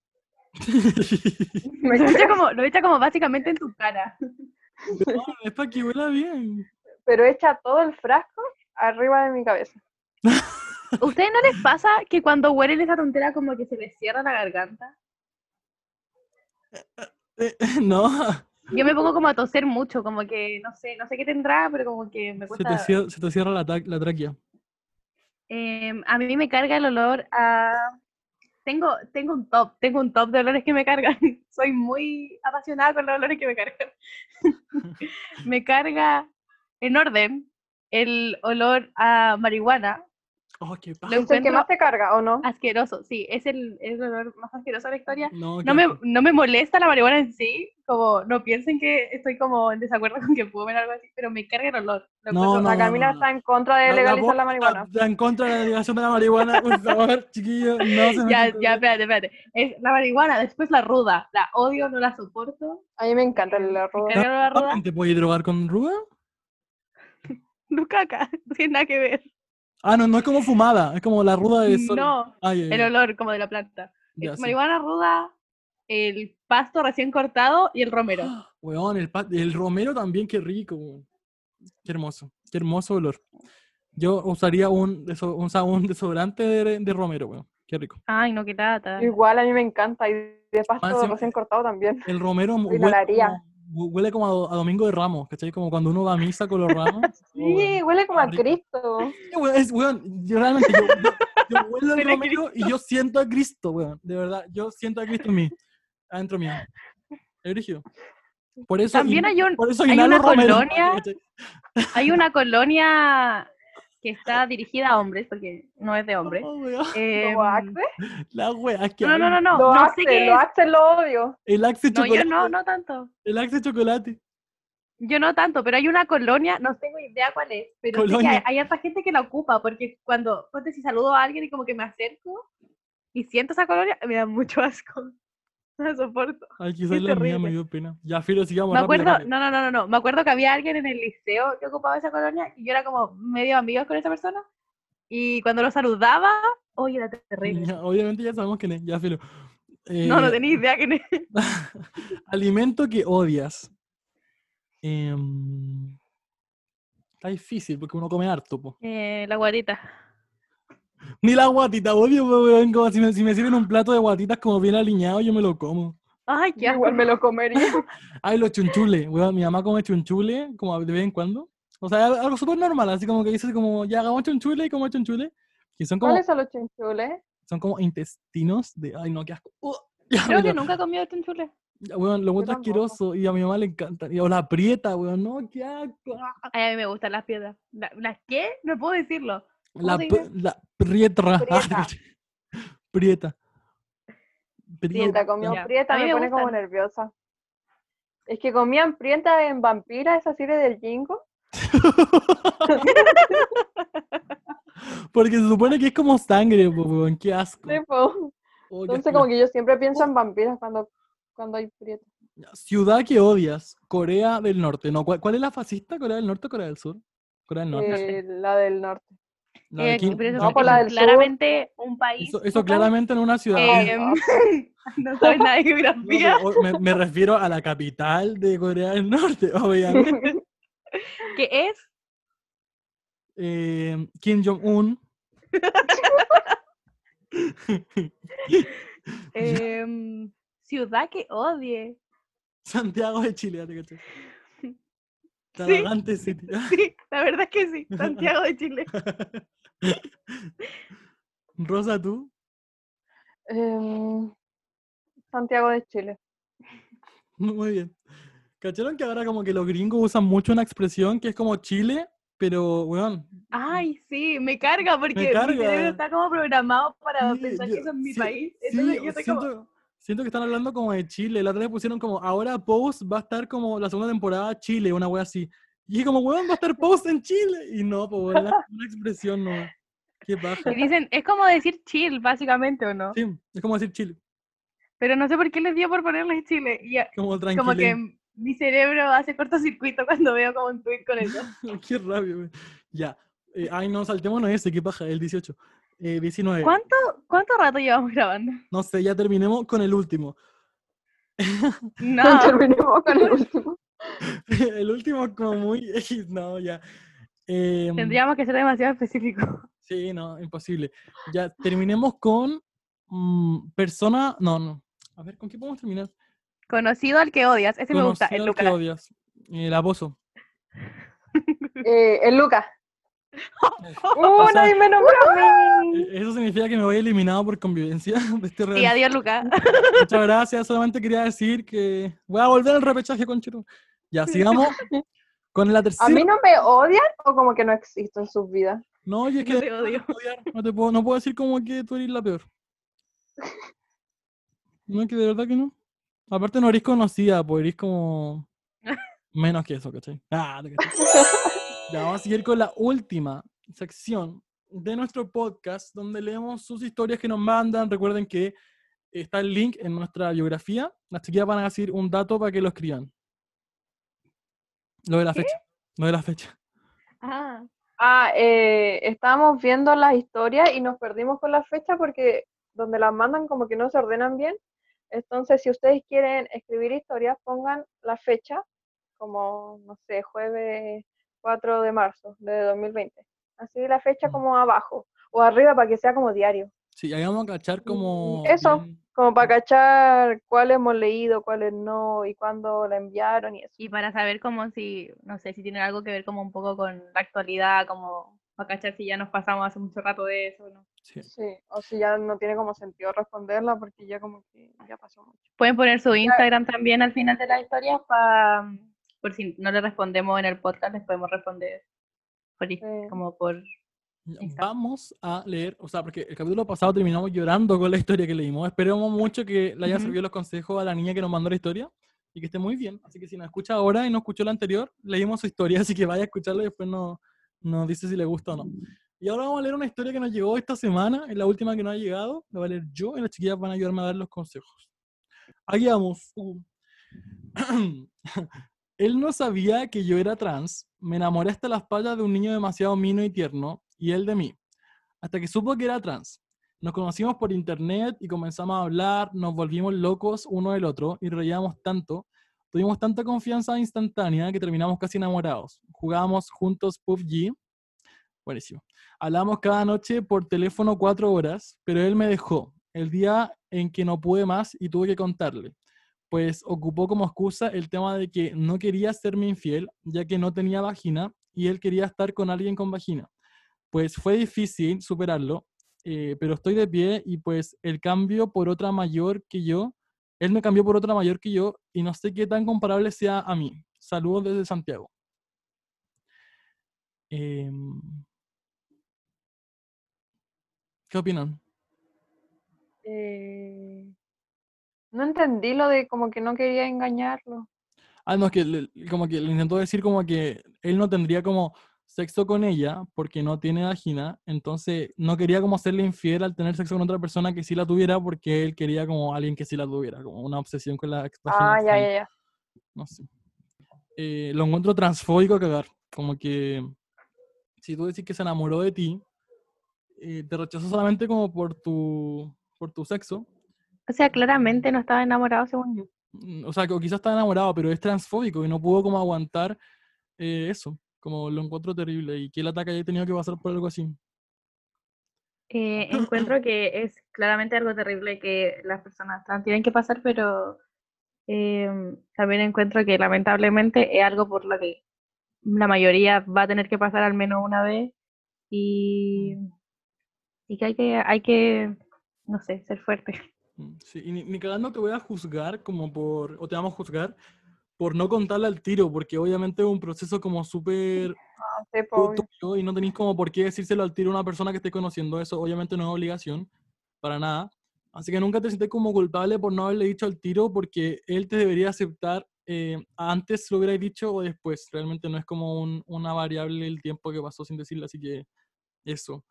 S3: Me
S2: Lo echa como, lo echa como básicamente en tu cara.
S1: No, es para que huela bien.
S3: pero echa todo el frasco arriba de mi cabeza.
S2: ¿A ¿Ustedes no les pasa que cuando huelen esa tontera como que se les cierra la garganta?
S1: Eh, no,
S2: Yo me pongo como a toser mucho, como que no sé, no sé qué tendrá, pero como que me
S1: se te
S2: cuesta.
S1: cierra, se te cierra la, tra- la tráquea.
S2: Em, a mí me carga el olor a. Tengo, tengo un top, tengo un top de olores que me cargan. Soy muy apasionada con los olores que me cargan. me carga, en orden, el olor a marihuana.
S1: Oh, qué paja.
S2: Lo
S3: ¿Es el que
S2: encuentro Ah,
S3: más te carga o no?
S2: asqueroso, sí, es el, es el olor más asqueroso de la historia.
S1: No, qué
S2: no me,
S1: asco.
S2: no me molesta la marihuana en sí, como no piensen que estoy como en desacuerdo con que fumen algo así, pero me carga el olor. lo
S1: No,
S2: encuentro
S1: no,
S3: La
S2: horrible.
S3: Camila
S1: no, no.
S3: está en contra de
S1: La- la
S3: legalizar la
S1: voz
S3: marihuana.
S1: está en contra de la delegación de la marihuana, por favor, chiquillos. No se
S2: Ya,
S1: metan con
S2: ya,
S1: eso.
S2: espérate, espérate. Es la marihuana, después la ruda. La odio, no la soporto.
S3: A mí me encanta el
S2: me
S1: Ah,
S3: arroz.
S2: carga el olor a ruda.
S1: ¿También ¿Te puedes drogar con ruda?
S2: No caca, no tiene nada que ver.
S1: Ah, no, no es como fumada, Ah, es como la ruda de sol.
S2: No,
S1: Ay, ay,
S2: el
S1: ay,
S2: olor como de la planta.
S1: ya,
S2: Es
S1: sí.
S2: marihuana ruda, el pasto recién cortado y el romero.
S1: ¡Ah! Weón, el, pa- el romero también, qué rico, weón. Qué hermoso, qué hermoso olor. Yo usaría un, deso- un, sa- un desodorante de, de romero, weón. Qué rico.
S2: Ay, no, qué lata.
S3: Igual a mí me encanta y de pasto
S1: encima-
S3: recién cortado también.
S1: El romero mu-
S3: Lo
S1: huele
S3: inhalaría.
S1: como, hu- huele como a, do- a domingo de ramos, ¿cachai? Como cuando uno va a misa con los ramos. Oh,
S3: Sí,
S1: weón.
S3: huele como a
S1: rico.
S3: Cristo.
S1: Sí, weón, es, weón, yo realmente, yo, yo, yo huelo el
S2: Huele a
S1: romero y yo siento a Cristo, weón. De verdad, yo siento a Cristo en mí, adentro mío. Es brígido. Por eso,
S2: También
S1: in-
S2: hay un,
S1: por eso
S2: hay
S1: inhalo
S2: una
S1: romero,
S2: colonia-
S1: ¿cachai?
S2: Hay una colonia que está dirigida a hombres, porque no es de hombres.
S1: Oh, weón,
S2: Em,
S3: ¿Lo hace?
S1: la wea que
S2: no, no, no,
S1: habla.
S2: no.
S3: lo
S2: no
S3: hace,
S2: sé qué
S3: lo
S2: es.
S3: hace, lo odio.
S1: El axe
S2: No, yo
S1: chocolate.
S2: no, no tanto.
S1: El axe chocolate.
S2: Yo no tanto, pero hay una colonia, no tengo idea cuál es, pero sé que
S1: Colonia.
S2: hay, hay harta gente que la ocupa, porque cuando, ponte si saludo a alguien y como que me acerco y siento esa colonia, me da mucho asco. No la soporto.
S1: Ay,
S2: Qué
S1: quizás la mía me
S2: terrible.
S1: dio pena. Ya, Filo, sigamos
S2: Me
S1: rápido,
S2: acuerdo,
S1: rápido.
S2: no, no, no, no, no, me acuerdo que había alguien en el liceo que ocupaba esa colonia y yo era como medio amigos con esa persona y cuando lo saludaba, oye, era terrible.
S1: Ya, obviamente ya sabemos quién es. Ya, Filo.
S2: No, no
S1: Eh,
S2: tenía idea quién es.
S1: Alimento que odias. Em, está difícil porque uno come harto, po.
S2: Eh, la guarita.
S1: Ni la guatita, odio, po, weón, como si, me, si me sirven un plato de guatitas como bien aliñado, yo me lo como.
S2: Ay, qué asco.
S3: Igual me lo comería.
S1: Ay, los chunchules, weón, mi mamá come chunchules como de vez en cuando. O sea, algo súper normal, así como que dices como, ya hagamos chunchule y como chunchule. Que son como,
S3: ¿Cuáles son los chinchules?
S1: son como intestinos de, ay no, qué asco. Uh, ya,
S2: Creo que
S1: pero-
S2: nunca he comido chunchule.
S1: ya, weón, lo encuentro
S3: tampoco.
S1: asqueroso y a mi mamá le encanta. Y o la aprieta, weón, no, qué asco.
S2: Ay, a mí me gustan las piedras. La- ¿Las qué? No puedo decirlo. ¿Cómo
S1: La,
S2: se
S1: p-
S2: dice?
S1: la prietra.
S3: Prieta.
S1: prieta.
S3: Prieta, comió
S2: Ya. A
S3: prieta,
S2: mí
S3: me
S2: me
S3: pone como
S2: gustan.
S3: nerviosa. Es que comían prieta en Vampira, esa serie del Jingo.
S1: Porque se supone que es como sangre, po, weón, qué asco.
S3: Sí, po.
S1: Oh, qué
S3: Entonces como
S1: asqueroso.
S3: que yo siempre pienso en vampiras cuando, cuando hay prieta.
S1: Ya, Ciudad que odias, Corea del Norte. No, ¿cuál, cuál es la fascista? ¿Corea del Norte o Corea del Sur? Corea del Norte.
S2: sé.
S3: Eh, la del norte.
S1: La de
S2: Eh,
S1: Kim-
S2: pero eso
S1: Jong-
S3: No, por la
S2: es
S3: del sur.
S2: claramente un país.
S1: eso, eso
S2: ¿no?
S1: claramente en una ciudad.
S2: Eh,
S1: No,
S3: no.
S2: no sabes nada de
S1: pero
S2: geografía.
S1: o- me, me refiero a la capital de Corea del Norte, obviamente.
S2: ¿Qué es?
S1: Eh, Kim Jong-un.
S2: Em, ciudad que odie.
S1: Santiago de Chile, ya te caché. Talagante City.
S2: Sí, la verdad es que sí. Santiago de Chile.
S1: Rosa, tú.
S3: Em, Santiago de Chile.
S1: Muy bien. ¿Cacharon que ahora como que los gringos usan mucho una expresión que es como Chile, pero, weón,
S2: Ay, sí, me carga porque
S1: carga.
S2: mi cerebro está como programado para
S1: Sí,
S2: pensar
S1: yo-
S2: que eso es mi
S1: sí,
S2: país.
S1: sí,
S2: Entonces yo
S1: o-
S2: estoy
S1: siento,
S2: como,
S1: siento que están hablando como de Chile. La otra vez pusieron como, ahora Post va a estar como la segunda temporada Chile, una wea así. Y es como, weón, va a estar Post en Chile. Y no, pues, weón, era una expresión no. Qué baja.
S2: y dicen, es como decir chill, básicamente, ¿o no?
S1: Sí, es como decir Chile,
S2: Pero no sé por qué les dio por ponerles chile. Y a-
S1: como
S2: como que
S1: tranquilo.
S2: m- mi cerebro hace cortocircuito cuando veo como un tweet con eso.
S1: Qué rabia, weón. Ya. Eh, ay, no, saltémonos ese, qué baja, el 18. Eh, 19.
S2: ¿Cuánto, ¿Cuánto rato llevamos grabando?
S1: No sé, ya terminemos con el último.
S2: No,
S3: Terminemos con el último.
S1: el último como muy... X, no, ya. Em,
S2: tendríamos que ser demasiado específicos.
S1: Sí, no, imposible. Ya terminemos con mm, persona. No, no. A ver, ¿con qué podemos terminar?
S2: Conocido al que odias. Ese me gusta, el
S1: Conocido al que
S2: Lucas.
S1: odias. El abuso.
S3: Eh, el Lucas.
S1: O
S3: ¡Uh,
S1: sea-
S3: nadie me nombró a mí!
S1: Eh, Eso significa que me voy eliminado por convivencia de este
S2: Sí,
S1: real.
S2: adiós, Lucas.
S1: Muchas gracias. Solamente quería decir que voy a volver al repechaje con Chiru. Ya, sigamos con la
S3: ¿A
S1: tercera.
S3: mí no me odian o como que no existo en sus vidas?
S1: No, yo es que
S2: No
S1: de
S2: te
S1: verdad
S2: odio.
S1: te puedo odiar, No, te puedo, no puedo decir como que tú eres la peor. No, es que de verdad que no. Aparte no eres conocida, pues eres como... Menos que eso, ¿cachai? Ah, te caché. Ya vamos a seguir con la última sección de nuestro podcast, donde leemos sus historias que nos mandan. Recuerden que está el link en nuestra biografía. Las chiquillas van a decir un dato para que lo escriban. Lo de la fecha. Lo de la fecha.
S2: Ah,
S3: Ah, eh, estábamos viendo las historias y nos perdimos con la fecha porque donde las mandan como que no se ordenan bien. Entonces, si ustedes quieren escribir historias, pongan la fecha, como, no sé, jueves 4 de marzo de 2020. Así la fecha
S1: Mm.
S3: como abajo o arriba para que sea como diario,
S1: Sí, ahí vamos a cachar como...
S3: eso.
S1: bien-
S3: como para cachar cuál hemos leído, cuáles no y cuándo la enviaron y eso.
S2: y para saber como si, no sé, si tiene algo que ver como un poco con la actualidad, como para cachar si ya nos pasamos hace mucho rato de eso, ¿no?
S1: sí.
S3: Sí, o si ya no tiene como sentido responderla porque ya como que ya pasó mucho.
S2: Pueden poner su Instagram también al final de las historias para, mm, por si no le respondemos en el podcast, les podemos responder por, is-
S3: Sí.
S2: como por...
S1: Ya,
S2: Exacto.
S1: Vamos a leer, o sea, porque el capítulo pasado terminamos llorando con la historia que leímos. Esperemos mucho que le hayan
S2: Ujú.
S1: servido los consejos a la niña que nos mandó la historia y que esté muy bien. Así que si nos escucha ahora y no escuchó la anterior, leímos su historia, así que vaya a escucharla y después nos, nos dice si le gusta o no. Y ahora vamos a leer una historia que nos llegó esta semana, es la última que nos ha llegado, la voy a leer yo y las chiquillas van a ayudarme a dar los consejos. Ahí vamos. Uh. Él no sabía que yo era trans. Me enamoré hasta las patas de un niño demasiado mino y tierno, y él de mí. Hasta que supo que era trans. Nos conocimos por internet y comenzamos a hablar, nos volvimos locos uno del otro y reíamos tanto. Tuvimos tanta confianza instantánea que terminamos casi enamorados. Jugábamos juntos PUBG. Buenísimo. Hablamos cada noche por teléfono cuatro horas, pero él me dejó el día en que no pude más y tuve que contarle pues ocupó como excusa el tema de que no quería serme infiel, ya que no tenía vagina y él quería estar con alguien con vagina. Pues fue difícil superarlo, eh, pero estoy de pie y pues el cambio por otra mayor que yo, él me cambió por otra mayor que yo y no sé qué tan comparable sea a mí. Saludos desde Santiago. Eh, ¿Qué opinan?
S3: Eh, no entendí lo de como que no quería engañarlo.
S1: Ah, no, es que le- como que le intentó decir como que él no tendría como sexo con ella porque no tiene vagina, entonces no quería como serle infiel al tener sexo con otra persona que sí la tuviera porque él quería como alguien que sí la tuviera, como una obsesión con la ex vagina,
S3: Ah, ya,
S1: sí,
S3: ya, ya.
S1: No sé. Eh, lo encuentro transfóbico a cagar, como que si tú decís que se enamoró de ti, eh, te rechazó solamente como por tu, por tu sexo,
S2: O sea, claramente no estaba enamorado según yo.
S1: Mm, O sea, que- o quizás está enamorado, pero es transfóbico y no pudo como aguantar eh, eso. Como lo encuentro terrible y que el ataque haya tenido que pasar por algo así.
S2: Eh, encuentro que es claramente algo terrible que las personas trans tienen que pasar, pero em, también encuentro que lamentablemente es algo por lo que la mayoría va a tener que pasar al menos una vez y,
S1: Mm.
S2: y que hay que, hay que, no sé, ser fuerte.
S1: Mm, Sí, y ni, ni cagando te voy a juzgar como por, o te vamos a juzgar por no contarle al tiro, porque obviamente es un proceso como súper
S3: Ah, sí, po,
S1: tú-
S3: obvio.
S1: tuyo y no tenéis como por qué decírselo al tiro a una persona que esté conociendo eso. Obviamente no es obligación, para nada. Así que nunca te sientes como culpable por no haberle dicho al tiro porque él te debería aceptar eh, antes lo hubierais dicho o después. Realmente no es como un- una variable el tiempo que pasó sin decirle, así que eso.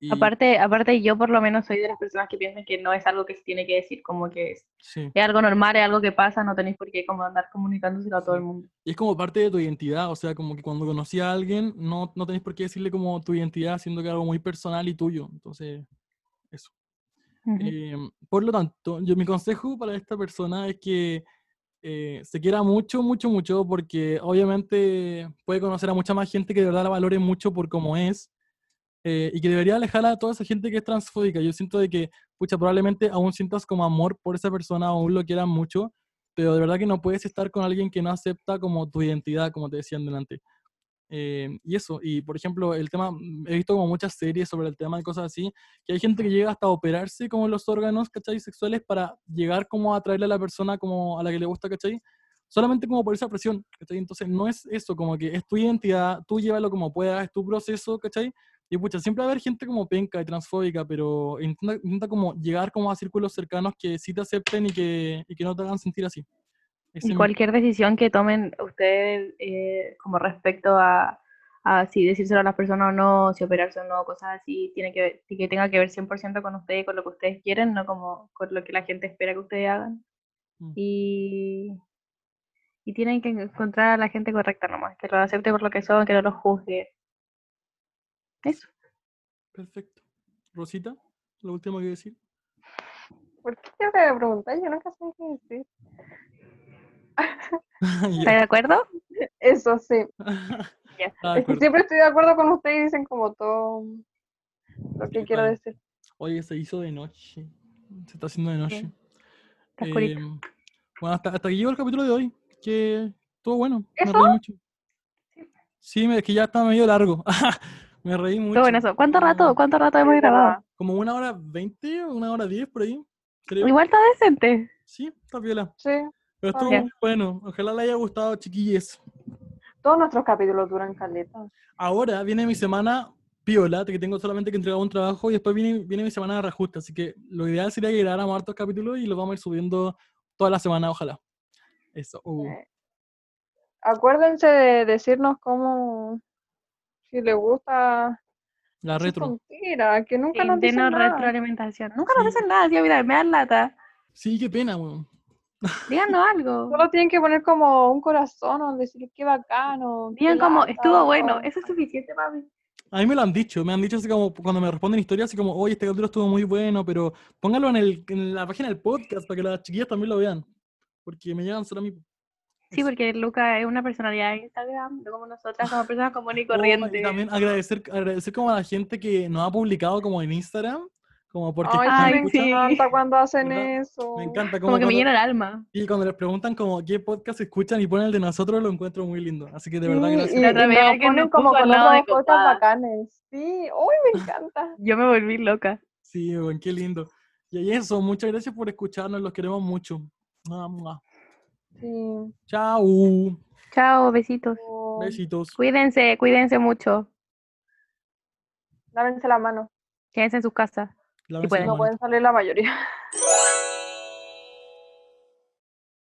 S1: Y-
S2: Aparte, aparte yo por lo menos soy de las personas que piensan que no es algo que se tiene que decir, como que es,
S1: sí.
S2: es algo normal, es algo que pasa, no tenéis por qué como andar comunicándoselo a todo el
S1: Sí.
S2: mundo.
S1: Y es como parte de tu identidad, o sea, como que cuando conocí a alguien, no, no tenés por qué decirle como tu identidad, siendo que es algo muy personal y tuyo. Entonces, eso.
S2: Ujú.
S1: Em, por lo tanto, yo, mi consejo para esta persona es que eh, se quiera mucho, mucho, mucho, porque obviamente puede conocer a mucha más gente que de verdad la valore mucho por cómo es eh, y que debería alejar a toda esa gente que es transfóbica. Yo siento de que, pucha, probablemente aún sientas como amor por esa persona, aún lo quieras mucho, pero de verdad que no puedes estar con alguien que no acepta como tu identidad, como te decían delante. Eh, y eso, y por ejemplo, el tema, mm, he visto como muchas series sobre el tema y cosas así, que hay gente que llega hasta a operarse como los órganos, ¿cachai? Sexuales para llegar como a atraerle a la persona como a la que le gusta, ¿cachai? Solamente como por esa presión, ¿cachai? Entonces no es eso, como que es tu identidad, tú llévalo como puedas, es tu proceso, ¿cachai? Y pucha, siempre va a haber gente como penca y transfóbica, pero intenta, intenta como llegar como a círculos cercanos que sí te acepten y que, y que no te hagan sentir así. Ese es
S2: Y
S1: mi-
S2: cualquier decisión que tomen ustedes eh, como respecto a, a si decírselo a las personas o no, si operarse o no, cosas así, tiene que ver- que tenga que ver 100% con ustedes, con lo que ustedes quieren, no como con lo que la gente espera que ustedes hagan.
S1: Mm.
S2: Y, y tienen que encontrar a la gente correcta nomás, que lo acepte por lo que son, que no los juzgue. Eso.
S1: Perfecto. Rosita, lo último que decir.
S3: ¿Por qué tengo que preguntar? Yo nunca sé qué decir.
S1: Ya.
S2: ¿Estás de acuerdo?
S3: Eso sí.
S1: Estaba de
S3: Es que
S1: acuerdo.
S3: siempre estoy de acuerdo con ustedes y dicen como todo lo
S1: Sí,
S3: que
S1: está
S3: quiero
S1: bien.
S3: decir.
S1: Oye, se hizo de noche. Se está haciendo de noche.
S2: Está oscurito.
S1: Em, bueno, hasta, hasta aquí llegó el capítulo de hoy, que estuvo bueno. Me
S3: ¿Eso?
S1: reí mucho. Sí, me- es que ya está medio largo. me reí mucho.
S2: Todo bueno eso. ¿Cuánto rato,
S1: Como,
S2: cuánto rato hemos grabado?
S1: como una hora veinte o una hora diez por ahí. Creo.
S2: Igual está decente.
S1: Sí, está viola.
S3: Sí.
S1: Pero
S3: está
S1: estuvo
S2: bien.
S1: muy bueno. Ojalá le haya gustado, chiquilles.
S3: Todos nuestros capítulos duran caleta.
S1: Ahora viene mi semana piola, que tengo solamente que entregar un trabajo y después viene, viene mi semana de reajuste. Así que lo ideal sería que grabáramos hartos capítulos y los vamos a ir subiendo toda la semana, ojalá. Eso. uh.
S3: Eh, Acuérdense de decirnos cómo si les gusta
S1: La
S3: Eso es
S1: retro.
S3: mentira, que nunca nos dicen
S2: Denos
S3: nada.
S2: retroalimentación. Nunca nos
S1: Sí.
S2: dicen nada, sí, mira, me dan lata.
S1: Sí, qué pena, weón.
S2: Díganos algo.
S3: Solo tienen que poner como un corazón o decir qué bacano. qué
S2: Digan como,
S3: lata",
S2: estuvo bueno.
S3: o-
S2: Eso es suficiente, mami.
S1: A mí me lo han dicho, me han dicho así como cuando me responden historias, así como, oye, este capítulo estuvo muy bueno, pero póngalo en, el, en la página del podcast para que las chiquillas también lo vean. Porque me llegan solo a mí. Oh,
S2: Sí,
S1: Eso.
S2: porque Luca es una personalidad de Instagram, no como nosotras, como personas común y
S1: Oh, y
S2: corriente.
S1: también agradecer, agradecer como a la gente que nos ha publicado como en Instagram, Como porque
S3: Ay,
S2: Ay,
S3: sí,
S2: sí.
S3: me encanta cuando hacen
S1: ¿Verdad?
S3: eso.
S1: me encanta como,
S2: Como que me
S1: cuando-
S2: llena el alma.
S1: y cuando les preguntan como qué podcast escuchan y ponen el de nosotros lo encuentro muy lindo. Así que de
S3: Sí,
S1: verdad gracias.
S3: y,
S2: Mm, La
S3: y
S2: otra vez
S3: lo
S2: alguien
S3: ponen
S2: nos
S3: como
S2: puso al
S3: con
S2: lado de
S3: otras cosas
S2: Copada.
S3: bacanes. Sí, uy, me encanta.
S2: Yo me volví loca.
S1: Sí, buen, qué lindo. Y ahí eso, muchas gracias por escucharnos, los queremos mucho. Mua, mua.
S3: Sí.
S1: Chao.
S2: Chao, besitos.
S3: o-
S1: Besitos.
S2: Cuídense, cuídense mucho.
S3: Lávense la mano.
S2: Quédense en sus casas.
S1: Lávense las
S2: pueden.
S3: No
S1: manos.
S3: pueden salir la mayoría.